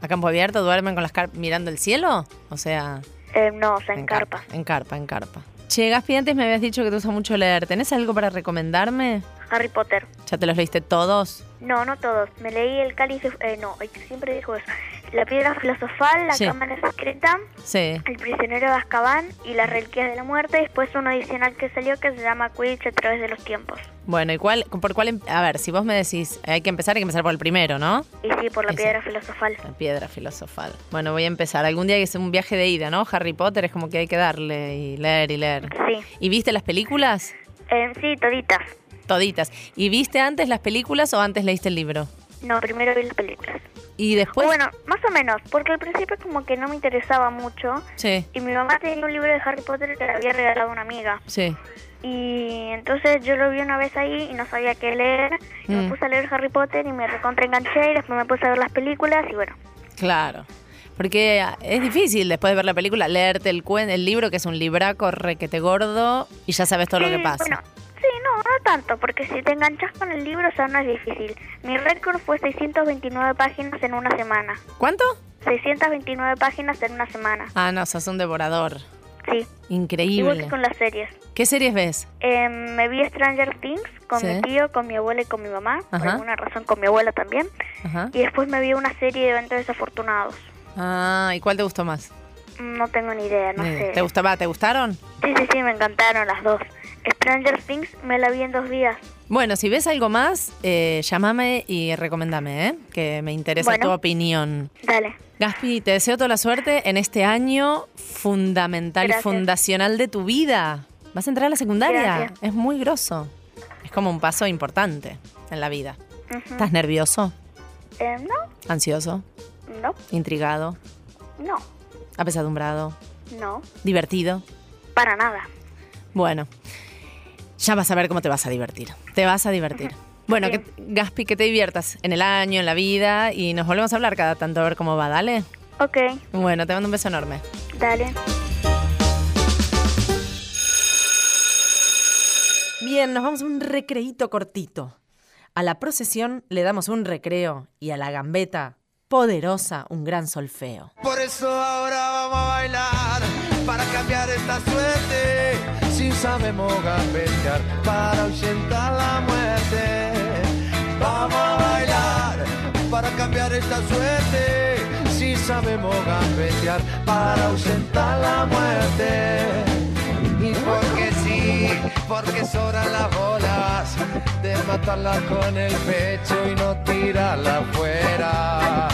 ¿A campo abierto duermen con las carpas mirando el cielo? O sea, Eh, no, o sea, en, carpa. en carpa, en carpa. Che, Gaspi, antes me habías dicho que te gusta mucho leer. ¿Tenés algo para recomendarme? Harry Potter. ¿Ya te los leíste todos? No, no todos. Me leí el cáliz, de- eh, no, ay, siempre dijo eso. La piedra filosofal, la Sí. cámara secreta, Sí. el prisionero de Azkaban y las reliquias de la muerte. Y después uno adicional que salió que se llama Quidditch a través de los tiempos. Bueno, ¿y cuál, por cuál? em- A ver, si vos me decís, hay que empezar, hay que empezar por el primero, ¿no? Y sí, por la Ese. piedra filosofal. La piedra filosofal. Bueno, voy a empezar. Algún día hay que hacer un viaje de ida, ¿no? Harry Potter es como que hay que darle y leer y leer. Sí. ¿Y viste las películas? Eh, sí, toditas. Toditas. ¿Y viste antes las películas o antes leíste el libro? No, primero vi las películas. Y después... Bueno, más o menos, porque al principio como que no me interesaba mucho. Sí, Y mi mamá tenía un libro de Harry Potter que le había regalado una amiga. sí. Y entonces yo lo vi una vez ahí y no sabía qué leer. Y me Mm. puse a leer Harry Potter y me recontraenganché y después me puse a ver las películas y bueno. Claro. Porque ah, es difícil después de ver la película leerte el, cuen- el libro, que es un libraco requete gordo, y ya sabes todo lo Sí, que pasa. Eh, Bueno, sí, no, no tanto, porque si te enganchas con el libro ya no es difícil. Mi récord fue 629 páginas en una semana. ¿Cuánto? 629 páginas en una semana. Ah, no, sos un devorador. Sí. Igual Increíble. que con las series. ¿Qué series ves? Eh, me vi Stranger Things con Sí. mi tío, con mi abuela y con mi mamá. Por Ajá. alguna razón con mi abuela también. Ajá. Y después me vi una serie de eventos desafortunados. Ah, ¿y cuál te gustó más? No tengo ni idea, no Eh, sé. ¿Te gustaba? ¿Te gustaron? Sí, sí, sí, me encantaron las dos. Stranger Things me la vi en dos días. Bueno, si ves algo más, eh, llámame y recomendame, ¿eh? que me interesa Bueno. tu opinión. Dale. Gaspi, te deseo toda la suerte en este año fundamental Gracias. y fundacional de tu vida. Vas a entrar a la secundaria, Gracias. es muy grosso. Es como un paso importante en la vida. Ujú. ¿Estás nervioso? Eh, no, ¿Ansioso? no, ¿Intrigado? no, ¿Apesadumbrado? no. ¿Divertido? Para nada. Bueno, ya vas a ver cómo te vas a divertir. Te vas a divertir. Bueno, que, Gaspi, que te diviertas en el año, en la vida y nos volvemos a hablar cada tanto a ver cómo va, dale. Ok, Bueno, te mando un beso enorme. dale. Bien, nos vamos a un recreíto cortito. A la procesión le damos un recreo y a la gambeta poderosa un gran solfeo. Por eso ahora vamos a bailar para cambiar esta suerte. Si sabemos gambetear para ahuyentar la muerte. Vamos a bailar para cambiar esta suerte. Si sabemos gambetear para ahuyentar la muerte. Y porque sí, porque sobran las bolas de matarla con el pecho y no tirarla afuera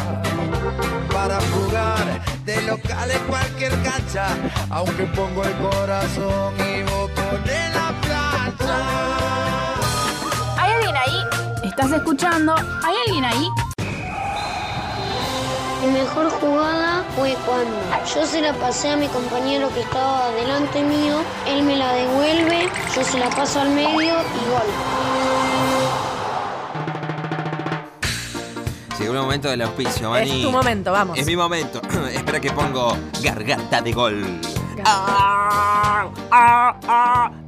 para jugar de local en cualquier cancha, aunque pongo el corazón y vos pones la plancha. ¿Hay alguien ahí? ¿Estás escuchando? ¿Hay alguien ahí? Mi mejor jugada fue cuando yo se la pasé a mi compañero que estaba delante mío, él me la devuelve, yo se la paso al medio y gol. Llegó el momento del auspicio, Mani. Es tu momento, vamos. Es mi momento. (clears throat) Espera que pongo garganta de gol. Ah,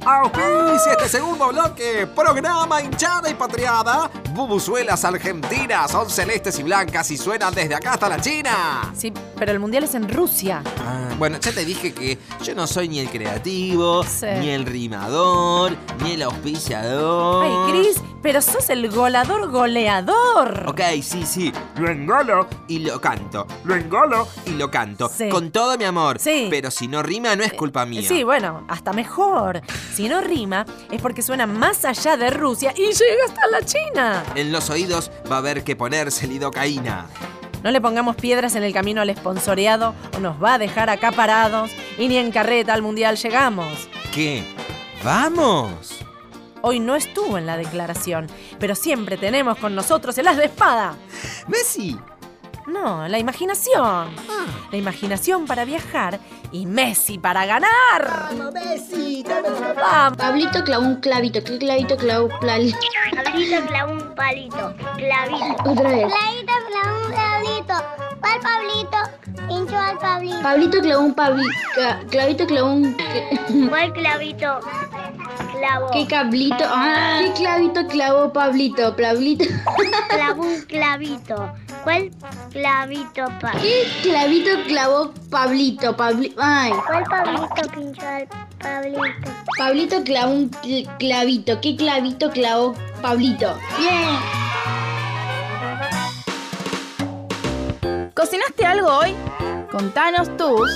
Auspicia este segundo bloque. Programa hinchada y patriada. Bubuzuelas argentinas son celestes y blancas y suenan desde acá hasta la China. Sí, pero el mundial es en Rusia. Ah, bueno, ya te dije que yo no soy ni el creativo, Sí. ni el rimador, ni el auspiciador. Ay, Cris, pero sos el goleador goleador. Ok, sí, sí. Lo engolo y lo canto. Lo engolo y lo canto. Con todo mi amor. Pero si no rima, no es culpa mía. Eh, Sí, bueno, hasta mejor. Si no rima, es porque suena más allá de Rusia y llega hasta la China. En los oídos va a haber que ponerse lidocaína. No le pongamos piedras en el camino al esponsoreado o nos va a dejar acá parados y ni en carreta al mundial llegamos. ¿Qué? ¡Vamos! Hoy no estuvo en la declaración, pero siempre tenemos con nosotros el as de espada. ¡Messi! No, la imaginación. La imaginación para viajar y Messi para ganar. ¡Vamos, Messi! Pablito clavó un clavito, que el clavito clavó un palito. Pablito clavó un palito. Clavito. Otra vez. Clavito clavó un clavito. ¿Cuál Pablito? Hinchó al Pablito. Pablito clavó un pabli- ca- clavito clavó un... ¿Cuál clavito? Clavó. ¿Qué cablito? Ah, ¿Qué clavito clavó Pablito? Pablito. Clavó un clavito. ¿Cuál clavito, pa? ¿Qué clavito clavó Pablito? Pabli- Ay. ¿Cuál Pablito pinchó al Pablito? Pablito clavó un cl- clavito. ¿Qué clavito clavó Pablito? Bien. ¿Cocinaste algo hoy? Contanos tus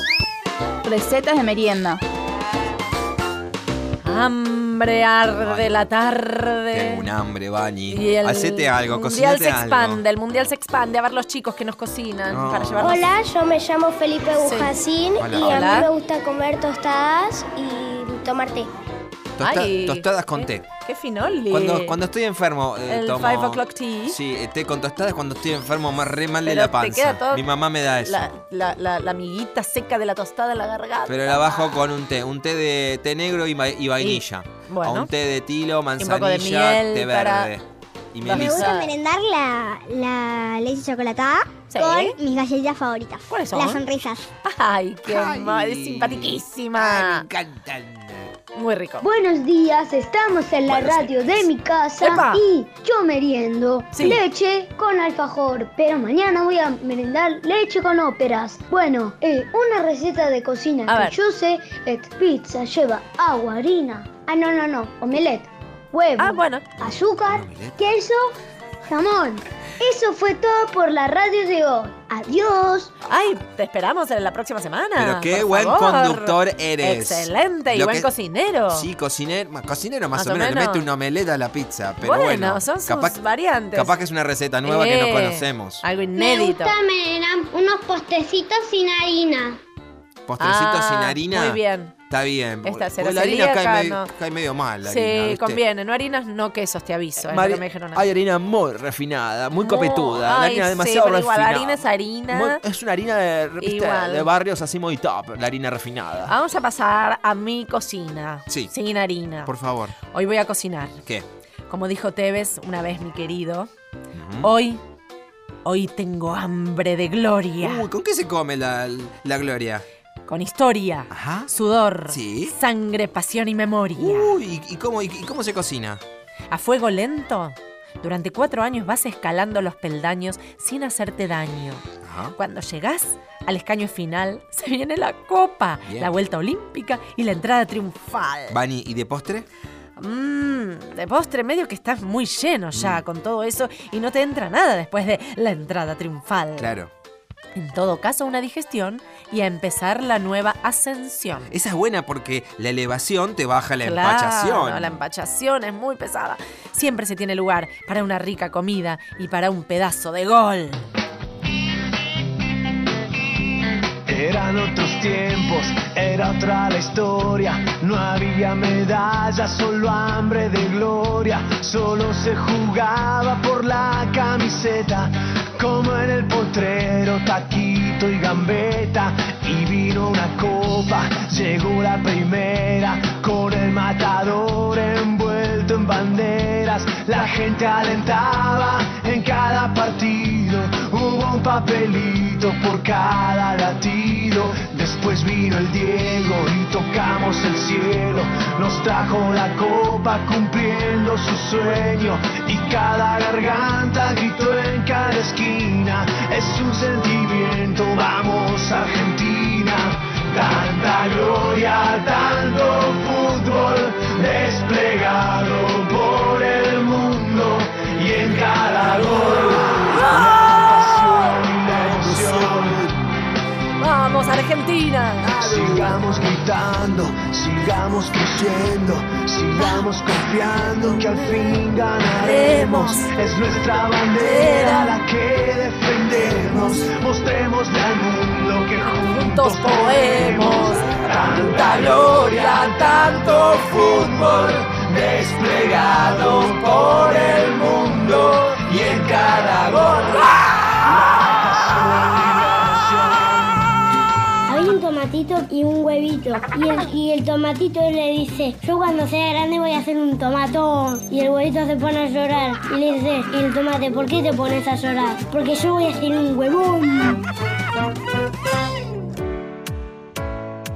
recetas de merienda. Hambre arde la tarde. Un hambre, Bani. Y el Hacete algo, mundial cocinate se algo. expande, el mundial se expande. A ver los chicos que nos cocinan No. para llevarnos. Hola, yo me llamo Felipe Bujacín Hola. y Hola. a mí me gusta comer tostadas y tomar té. Tosta- Ay. tostadas con té. ¡Qué finoli! Cuando, cuando estoy enfermo, eh, El tomo- five o'clock tea. Sí, eh, té con tostadas cuando estoy enfermo, más re mal de Pero la te panza. queda todo- Mi mamá me da eso. La, la, la, la amiguita seca de la tostada en la garganta. Pero la bajo con un té, un té de té negro y, va- y vainilla. bueno. O un té de tilo, manzanilla, poco de miel té para- verde. Y Me gusta melisa. merendar la, la leche chocolatada con mis galletitas favoritas. ¿Cuáles son? Las sonrisas. Ay, qué mal, es simpatiquísima. me encantan. Muy rico. Buenos días, estamos en la Buenos radio de mi casa ¡Epa! y yo meriendo Sí. leche con alfajor, pero mañana voy a merendar leche con óperas. Bueno, eh, una receta de cocina A que ver. yo sé es pizza, lleva agua, harina, ah no, no, no, omelette, huevo, Ah, azúcar, queso, jamón. Eso fue todo por la radio de hoy. Adiós. Ay, te esperamos en la próxima semana. Pero qué Ah, por buen favor. conductor eres. Excelente y Lo buen que- cocinero. Sí, cocinero, ma- cocinero más, Más o o menos, le menos. mete una omeleta a la pizza, pero bueno, bueno, son sus capaz, variantes. capaz que es una receta nueva que Eh, no conocemos. Algo Me inédito. gusta merendar unos postecitos sin harina. Postrecito Ah, sin harina. muy bien. Está bien. Esta porque la cerealía harina cae, acá medio, no. cae medio mal. la Sí, harina, ¿viste? conviene. No harinas, no quesos, te aviso. es lo Mari- que me dijeron Hay harina muy refinada, muy copetuda. la Ay, harina sí, demasiado pero igual, refinada. harina es harina. Muy- es una harina de, ¿viste? Igual. Ah, de barrios así muy top, la harina refinada. Vamos a pasar a mi cocina. Sí. Sin harina. Por favor. Hoy voy a cocinar. ¿Qué? Como dijo Tevez una vez, mi querido. Mm. Hoy, hoy tengo hambre de gloria. Uy, ¿con qué se come la, la gloria? Con historia, Ah. sudor, sangre, pasión y memoria. Uy, ¿y cómo, y, y cómo se cocina? A fuego lento. Durante cuatro años vas escalando los peldaños sin hacerte daño. Cuando llegás al escaño final, (laughs) se viene la copa, Bien. la vuelta olímpica y la entrada triunfal. Bani, ¿y de postre? Mmm, de postre medio que estás muy lleno Mm. ya con todo eso y no te entra nada después de la entrada triunfal. Claro. En todo caso, una digestión y a empezar la nueva ascensión. Esa es buena porque la elevación te baja la Claro, empachación. La empachación es muy pesada. Siempre se tiene lugar para una rica comida y para un pedazo de gol. Eran otros tiempos, era otra la historia. No había medallas, solo hambre de gloria. Solo se jugaba por la camiseta, como en el potrero, taquito y gambeta. Y vino una copa, llegó la primera, con el matador envuelto en banderas. La gente alentaba en cada partido, hubo un papelito por cada latido. Después vino el Diego y tocamos el cielo, nos trajo la copa cumpliendo su sueño. Y cada garganta gritó en cada esquina, es un sentimiento, vamos Argentina. Tanta gloria, tanto fútbol desplegado por el mundo y en cada gol la pasión y la emoción. ¡Vamos, Argentina! Sigamos gritando, sigamos creciendo, sigamos confiando que al fin ganaremos. Es nuestra bandera la que defendemos. Mostrémosle al mundo que juntos podemos. Tanta gloria, tanto fútbol desplegado por el mundo y en cada gol. Había un tomatito y un huevito. Y el, y el tomatito le dice, yo cuando sea grande voy a hacer un tomatón. Y el huevito se pone a llorar. Y le dice, y el tomate, ¿por qué te pones a llorar? Porque yo voy a hacer un huevón.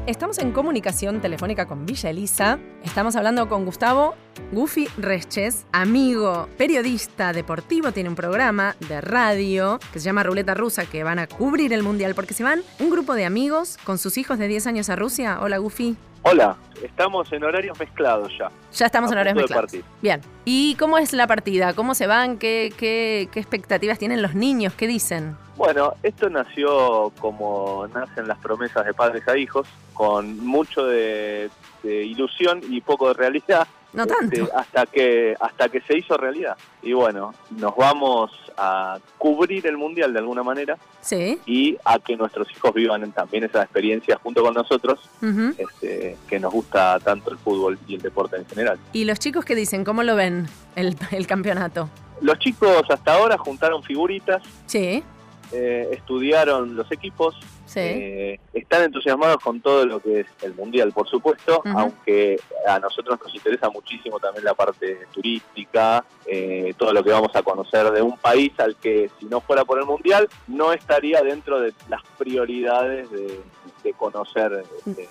Estamos en comunicación telefónica con Villa Elisa. Estamos hablando con Gustavo Gufi Resches, amigo, periodista deportivo, tiene un programa de radio que se llama Ruleta Rusa, que van a cubrir el Mundial porque se van un grupo de amigos con sus hijos de 10 años a Rusia. Hola, Gufi. Hola, estamos en horarios mezclados ya. Ya estamos A en horarios punto de mezclados. partir. Bien. ¿Y cómo es la partida? ¿Cómo se van? ¿Qué, qué, qué expectativas tienen los niños? ¿Qué dicen? Bueno, esto nació como nacen las (laughs) promesas de padres a hijos, con mucho de, de ilusión y poco de realidad, No este, hasta que hasta que se hizo realidad. Y bueno, nos vamos a cubrir el mundial de alguna manera Sí. y a que nuestros hijos vivan también esa experiencia junto con nosotros, Ujú. este, que nos gusta tanto el fútbol y el deporte en general. ¿Y los chicos qué dicen? ¿Cómo lo ven el, el campeonato? Los chicos hasta ahora juntaron figuritas, Sí, eh, estudiaron los equipos, sí. Eh, están entusiasmados con todo lo que es el mundial, por supuesto, Ujú. aunque a nosotros nos interesa muchísimo también la parte turística, eh, todo lo que vamos a conocer de un país al que si no fuera por el mundial no estaría dentro de las prioridades de, de conocer este,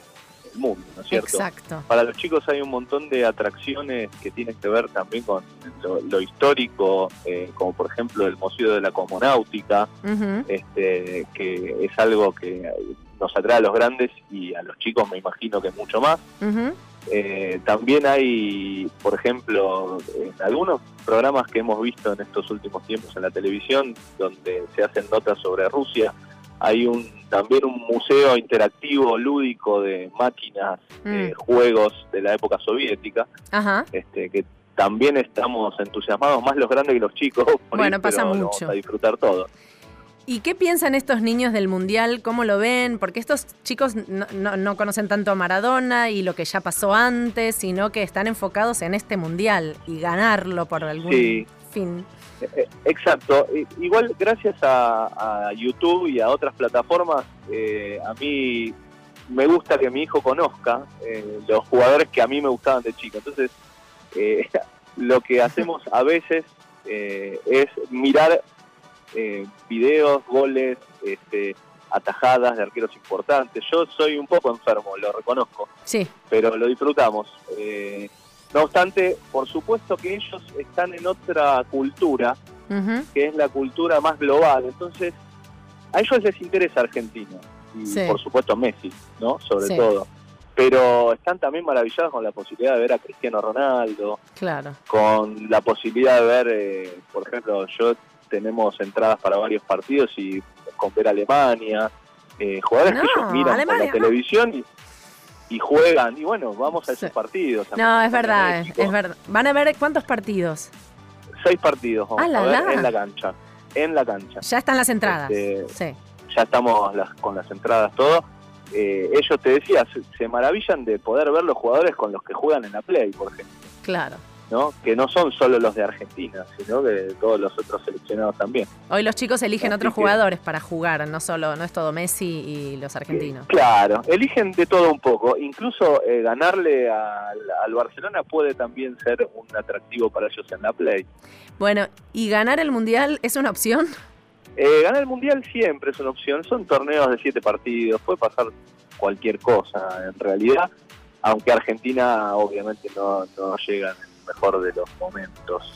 el mundo, ¿no es cierto? Exacto. Para los chicos hay un montón de atracciones que tienen que ver también con lo, lo histórico, eh, como por ejemplo el Museo de la Comonáutica, Ujú. este, que es algo que nos atrae a los grandes y a los chicos me imagino que mucho más. Ujú. Eh, también hay, por ejemplo, en algunos programas que hemos visto en estos últimos tiempos en la televisión, donde se hacen notas sobre Rusia, hay un también un museo interactivo lúdico de máquinas, Eh. Mm. juegos de la época soviética, Ajá. este, que también estamos entusiasmados, más los grandes que los chicos, (laughs) por Bueno, ir, pasa pero lo mucho. vamos a disfrutar todo. ¿Y qué piensan estos niños del Mundial? ¿Cómo lo ven? Porque estos chicos no, no- no conocen tanto a Maradona y lo que ya pasó antes, sino que están enfocados en este Mundial y ganarlo por algún Sí. fin. Eh, eh, Exacto. I- Igual gracias a, a YouTube y a otras plataformas, eh, a mí me gusta que mi hijo conozca eh, los jugadores que a mí me gustaban de chico. Entonces, eh, (laughs) lo que hacemos a veces eh, es mirar eh, videos, goles, este, atajadas de arqueros importantes. Yo soy un poco enfermo, lo reconozco Sí. pero lo disfrutamos. Eh, no obstante, por supuesto que ellos están en otra cultura, Ujú. que es la cultura más global. Entonces, a ellos les interesa Argentina, y Sí. por supuesto Messi, ¿no? Sobre Sí. todo. Pero están también maravillados con la posibilidad de ver a Cristiano Ronaldo, Claro. con la posibilidad de ver, eh, por ejemplo, yo tenemos entradas para varios partidos y con ver a Alemania, eh, jugadores que No, ellos miran Alemania, por no. la televisión y, y juegan, y bueno, vamos a esos partidos. No, también, es verdad, también, es, chicos. es verdad. Van a ver cuántos partidos. Seis partidos vamos Ah, la, a ver la. en la cancha, en la cancha. Ya están las entradas. Este, Sí. ya estamos las- con las entradas, todo. Eh, ellos, te decía, se, se maravillan de poder ver los jugadores con los que juegan en la Play, por ejemplo. Claro. ¿no? que no son solo los de Argentina, sino de todos los otros seleccionados también. Hoy los chicos eligen Así otros que- jugadores para jugar, no solo, no es todo Messi y los argentinos. Claro, eligen de todo un poco. Incluso eh, ganarle al, al Barcelona puede también ser un atractivo para ellos en la Play. Bueno, ¿y ganar el mundial es una opción? (laughs) Eh, ganar el Mundial siempre es una opción. Son torneos de siete partidos, puede pasar cualquier cosa en realidad, aunque Argentina obviamente no, no llega en el mejor de los momentos,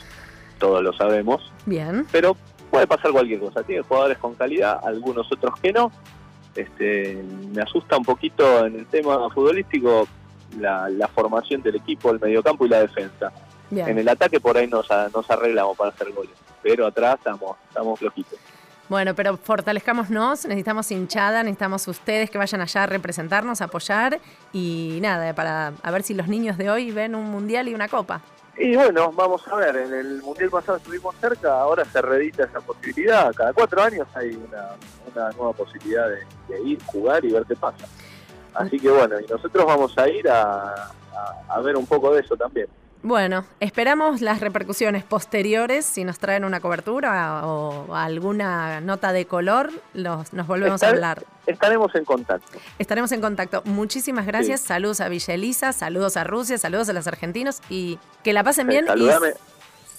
todos lo sabemos. Bien. pero puede pasar cualquier cosa. Tiene jugadores con calidad, algunos otros que no. Este, me asusta un poquito en el tema futbolístico la, la formación del equipo, el mediocampo y la defensa. Bien. En el ataque por ahí nos, a- nos arreglamos para hacer goles, pero atrás estamos, estamos flojitos. Bueno, pero fortalezcámonos, necesitamos hinchada, necesitamos ustedes que vayan allá a representarnos, a apoyar y nada, para a ver si los niños de hoy ven un mundial y una copa. Y bueno, vamos a ver, en el Mundial pasado estuvimos cerca, ahora se reedita esa posibilidad. Cada cuatro años hay una, una nueva posibilidad de, de ir, jugar y ver qué pasa. Así que bueno, y nosotros vamos a ir a, a- a ver un poco de eso también. Bueno, esperamos las repercusiones posteriores, si nos traen una cobertura o alguna nota de color, los, nos volvemos a Estar- hablar. Estaremos en contacto. Estaremos en contacto. Muchísimas gracias. Sí. Saludos a Villa Elisa, saludos a Rusia, saludos a los argentinos y que la pasen bien. y- Eh, saludame,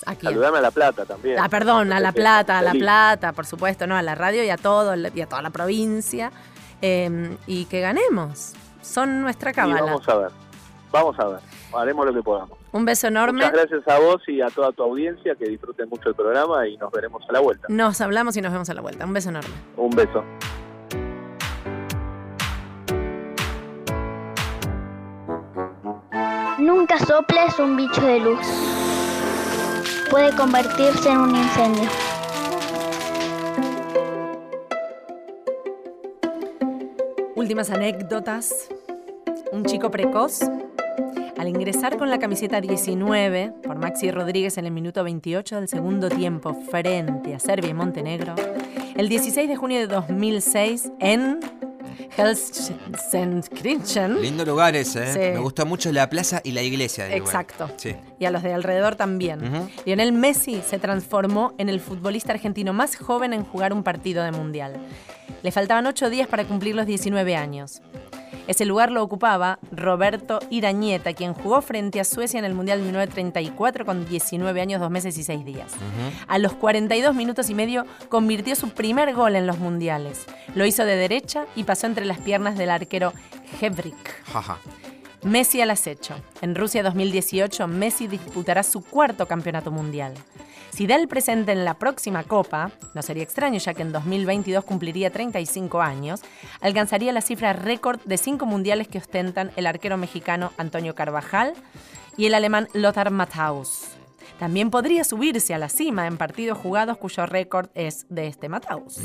¿A quién? saludame a La Plata también. Ah, perdón, a La Plata, a La Feliz. Plata, por supuesto, no, a la radio y a todo y a toda la provincia. Eh, y que ganemos. Son nuestra Y cábala. vamos a ver, vamos a ver, haremos lo que podamos. Un beso enorme. Muchas gracias a vos y a toda tu audiencia, que disfruten mucho el programa y nos veremos a la vuelta. Nos hablamos y nos vemos a la vuelta. Un beso enorme. Un beso. Nunca soples un bicho de luz. Puede convertirse en un incendio. Últimas anécdotas. Un chico precoz. Al ingresar con la camiseta 19 por Maxi Rodríguez en el minuto 28 del segundo tiempo frente a Serbia y Montenegro, el 16 de junio de 2006 en Helsinki. Lindo lugar ese, ¿eh? Sí. Me gustó mucho la plaza y la iglesia. del lugar. Exacto. Mm. Sí. y a los de alrededor también. Ujú. Lionel Messi se transformó en el futbolista argentino más joven en jugar un partido de mundial. Le faltaban ocho días para cumplir los 19 años. Ese lugar lo ocupaba Roberto Irañeta, quien jugó frente a Suecia en el Mundial de 1934 con 19 años, 2 meses y 6 días. A los 42 minutos y medio convirtió su primer gol en los mundiales. Lo hizo de derecha y pasó entre las piernas del arquero Hebrik. Jaja. Messi al acecho. En Rusia 2018, Messi disputará su cuarto campeonato mundial. Si da el presente en la próxima Copa, no sería extraño ya que en 2022 cumpliría 35 años, alcanzaría la cifra récord de cinco mundiales que ostentan el arquero mexicano Antonio Carvajal y el alemán Lothar Matthaus. También podría subirse a la cima en partidos jugados cuyo récord es de este Matthaus.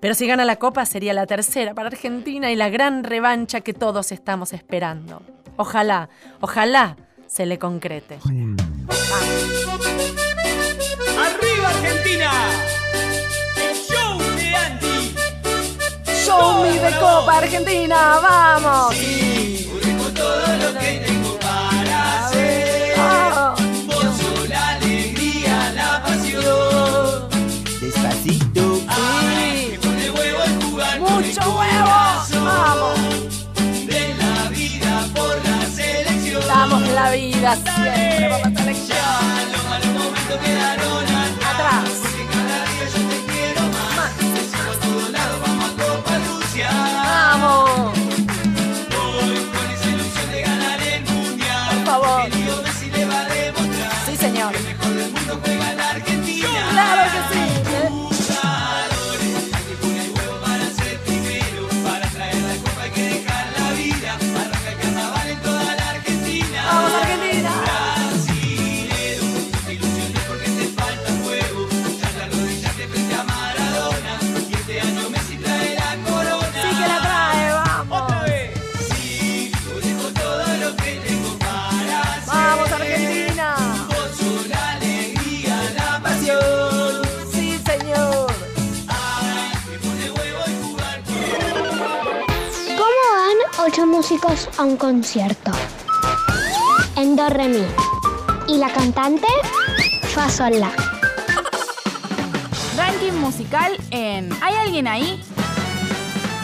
Pero si gana la Copa sería la tercera para Argentina y la gran revancha que todos estamos esperando. Ojalá, ojalá se le concrete. ¡Arriba Argentina! ¡El show de Andy! Show me de Copa Argentina, vamos. Con todo lo que tengo para hacer Vos sos la alegría, la pasión Despacito. Ay, que pone huevo el jugar con el Mucho huevo. corazón. Vamos. De la vida por la selección Damos la vida siempre por la selección Ya los malos momentos quedaron atrás Porque cada día yo te quiero más Te sigo a todos lados, vamos a Copa Rusia ¡Vamos! Hoy con esa ilusión de ganar el Mundial Por favor. Que Leo Messi le va a demostrar Sí, señor. Que el mejor del mundo juega en la Argentina ¡Claro que sí! ¡Vamos, Argentina! Brasilero, no te ilusiones porque te falta fuego. Ya te arrodillaste frente a Maradona. Y este año Messi trae la corona. ¡Sí que la trae, vamos! ¡Otra vez! Sí, yo dejo todo lo que tengo para hacer. ¡Vamos, Argentina! Vos sos la alegría, la pasión. ¡Sí, señor! ¿Cómo van ocho músicos a un concierto? En do re mi. Y la cantante fa sol la. Ranking musical en ¿Hay alguien ahí?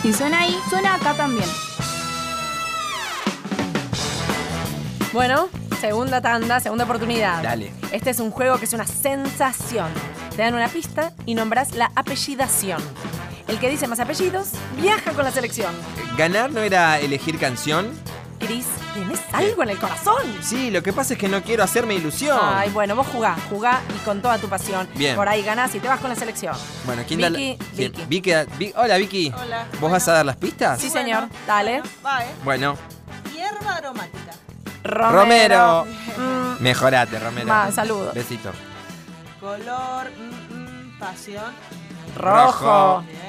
Si suena ahí, suena acá también. Bueno, segunda tanda, segunda oportunidad. Dale. Este es un juego que es una sensación. Te dan una pista y nombras la apellidación. El que dice más apellidos viaja con la selección. ¿Ganar no era elegir canción? Cris, ¿tenés algo en el corazón? Sí, lo que pasa es que no quiero hacerme ilusión. Ay, bueno, vos jugá, jugá y con toda tu pasión. Bien. Por ahí ganás y te vas con la selección. Bueno, ¿quién da la- Vicky, quién? Vicky, da- Vi- Hola, Vicky. Hola. ¿Vos vas a dar las pistas? Sí, señor. Dale. Va, ¿eh? Bueno, Hierba aromática. Romero. Mm, Mejorate, Romero. Va, saludos. Besito. color, mm, mm, pasión. (laughs) Rojo. Bien.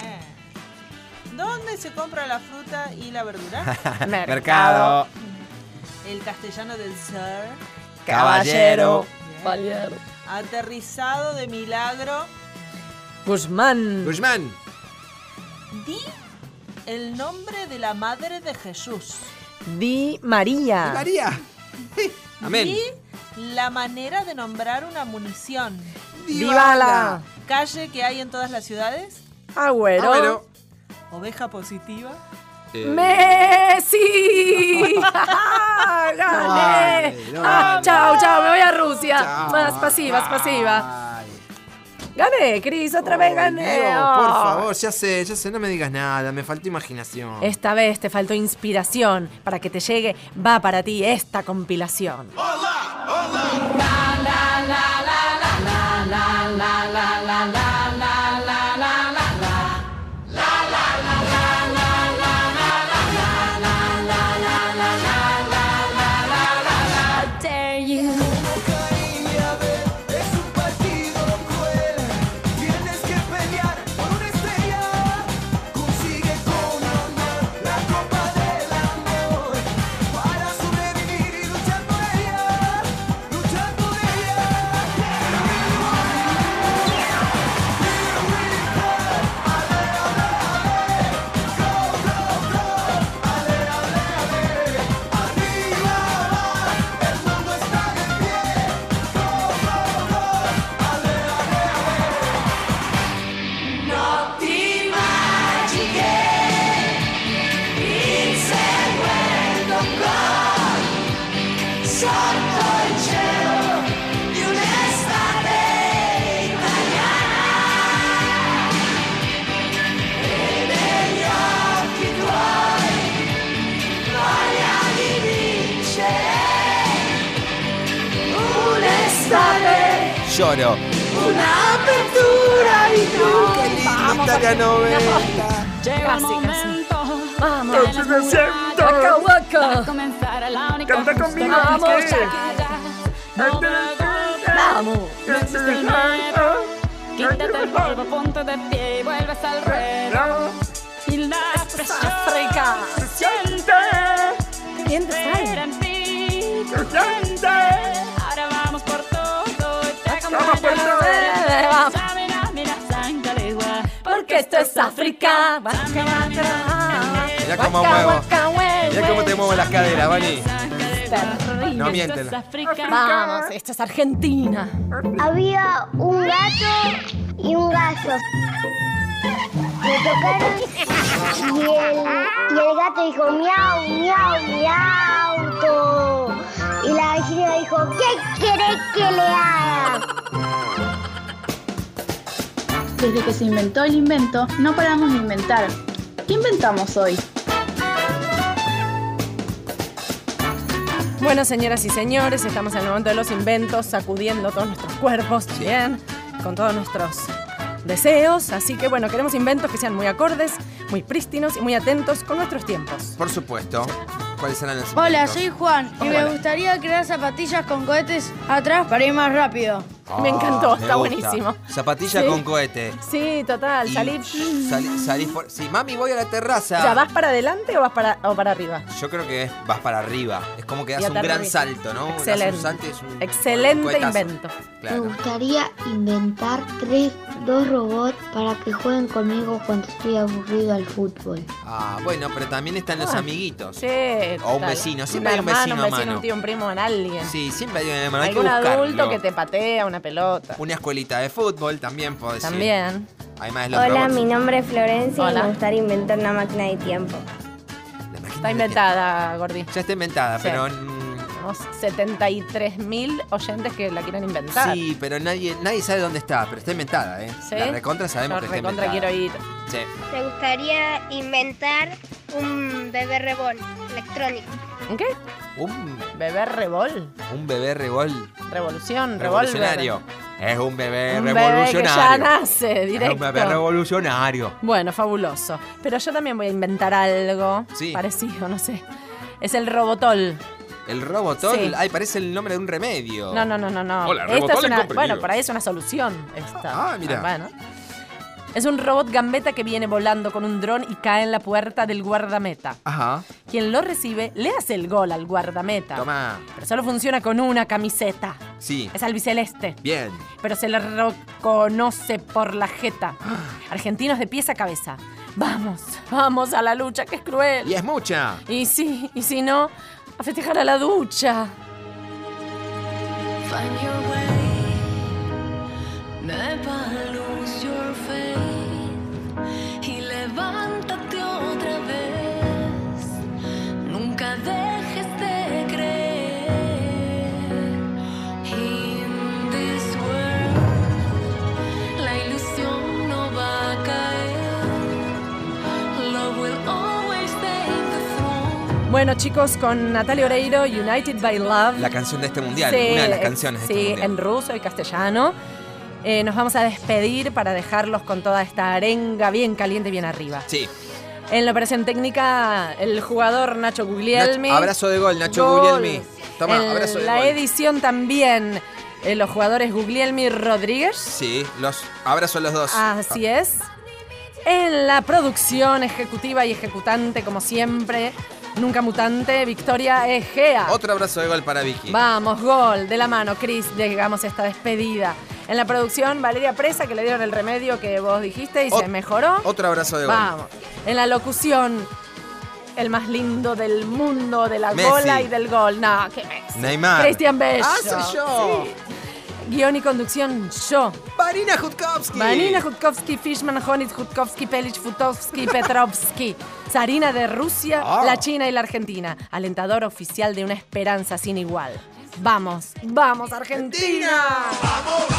¿Dónde se compra la fruta y la verdura? Mercado. El castellano del ser. Caballero. Valier. Aterrizado de milagro. Guzmán. Guzmán. Di el nombre de la madre de Jesús. Di María. Di María. Amén. Di la manera de nombrar una munición. Di bala. Calle que hay en todas las ciudades. Agüero. Agüero. Oveja positiva. Eh. ¡Messi! ¡Gané! Dale, Ah, dale. chao, chao, me voy a Rusia. Chao. Más pasiva, más pasiva. Gané, Cris, otra vez gané. Dios, Oh. por favor, ya sé, ya sé, no me digas nada, me faltó imaginación. Esta vez te faltó inspiración. Para que te llegue, va para ti esta compilación. Consigue con amor la copa del amor para sobrevivir y lloro. Una apertura y tú. Qué linda la novela. Llega el momento. Vamos. Entonces me siento. Waka, waka. Canta conmigo. Vamos, Quique. Vamos. Quítate el polvo, ponte de pie y vuelves al ruedo. Y la África. Siente. Siente, Espera en ti. Siente. Ahora vamos por todo. y te Vamos por acompaño. todo. Vamos. Mira, mira, sangalegua. Porque esto es África. Mirá cómo muevo. Mirá cómo te muevo las caderas, Vani. No mienten. Vamos, esto es Argentina. Había un gato y un gato. Se tocaron y el, y el gato dijo miau, miau, miau. Y la vecina dijo, ¿qué querés que le haga? Desde que se inventó el invento, no paramos de inventar. ¿Qué inventamos hoy? Bueno, señoras y señores, estamos en el momento de los inventos, sacudiendo todos nuestros cuerpos, bien, con todos nuestros deseos. Así que bueno, queremos inventos que sean muy acordes, muy prístinos y muy atentos con nuestros tiempos. Por supuesto. ¿Cuáles serán los Hola, inventos? soy Juan y me Hola. gustaría crear zapatillas con cohetes atrás para ir más rápido. Ah, me gusta. Zapatilla Sí. con cohete. Sí, total, Y salir. sali- salís por... Sí, mami, voy a la terraza. ¿Ya vas para adelante o vas para, o para arriba? Yo creo que es- vas para arriba. Es como que Y das un atar gran arriba. salto, ¿no? Das un Excelente. salto y es un- Excelente cohetazo. invento. Claro. Me gustaría inventar tres, dos robots para que jueguen conmigo cuando estoy aburrido al fútbol. Ah, bueno, pero también están los Ah, amiguitos. Sí, O un total. vecino, siempre hay un hermano, vecino a un vecino, mano. un tío, un primo, un alguien. Sí, siempre hay un hermano. Hay que Algún buscarlo. adulto que te patea una pelota. Una escuelita de fútbol también puedo decir. También. Además de los Hola, robots. mi nombre es Florencia Hola. y me gustaría inventar una máquina de tiempo. Está inventada, Gordi. Ya está inventada, Sí. pero mm, Tenemos 73.000 oyentes que la quieren inventar. Sí, pero nadie, nadie sabe dónde está, pero está inventada, ¿eh? ¿Sí? La recontra sabemos Yo que está recontra inventada. quiero ir. Sí. Me gustaría inventar un bebé rebol electrónico. ¿Un qué? Un, Bebé rebol. un (laughs) bebé rebol. Revolución, revólver. Revolucionario. Es un bebé Un bebé que ya revolucionario. nace es un bebé directo. revolucionario. Bueno, fabuloso. Pero yo también voy a inventar algo parecido, no sé. Es el robotol. El Robotol. Sí. Ay, parece el nombre de un remedio. No, no, no, no, no. Hola, Esta Robotol es en una, comprimidos. Bueno, por ahí es una solución esta. Ah, mira. bueno. Es un robot gambeta que viene volando con un dron y cae en la puerta del guardameta. Ajá. Quien lo recibe le hace el gol al guardameta. Toma. Pero solo funciona con una camiseta. Sí. Es albiceleste. Bien. Pero se le reconoce por la jeta. Argentinos de pies a cabeza. Vamos, vamos a la lucha, que es cruel. Y es mucha. Y sí, y si no, a festejar a la ducha. Find your way, never lose your faith y levántate otra vez. Nunca dejes de creer. In this world, la ilusión no va a caer. Love will always take the throne. Bueno, chicos, con Natalia Oreiro, United by Love. La canción de este mundial. Sí, una de las canciones de Sí, este mundial. en ruso y castellano. Eh, nos vamos a despedir para dejarlos con toda esta arenga bien caliente y bien arriba. Sí. En la operación técnica, el jugador Nacho Guglielmi. Nach- abrazo de gol, Nacho Gol. Guglielmi. Toma, En abrazo de la gol. edición también, eh, los jugadores Guglielmi Rodríguez. Sí, los abrazo a los dos. Así es. En la producción ejecutiva y ejecutante, como siempre, nunca mutante, Victoria Egea. Ah, Otro abrazo de gol para Vicky. Vamos, gol, de la mano, Cris, llegamos a esta despedida. En la producción, Valeria Presa, que le dieron el remedio que vos dijiste y Ot- se mejoró. Otro abrazo de gol. Vamos. En la locución, el más lindo del mundo, de la Messi. gola y del gol. No, que Messi. Neymar. Cristian Bello. Ah, soy yo. Sí. Guión y conducción, yo. Marina Jutkowski. Marina Jutkowski, Fishman, Honitz, Jutkowski, Pelich, (laughs) Futovsky, Petrovsky. Sarina de Rusia, Ah. la China y la Argentina. Alentador oficial de una esperanza sin igual. Vamos, vamos, Argentina. Vamos.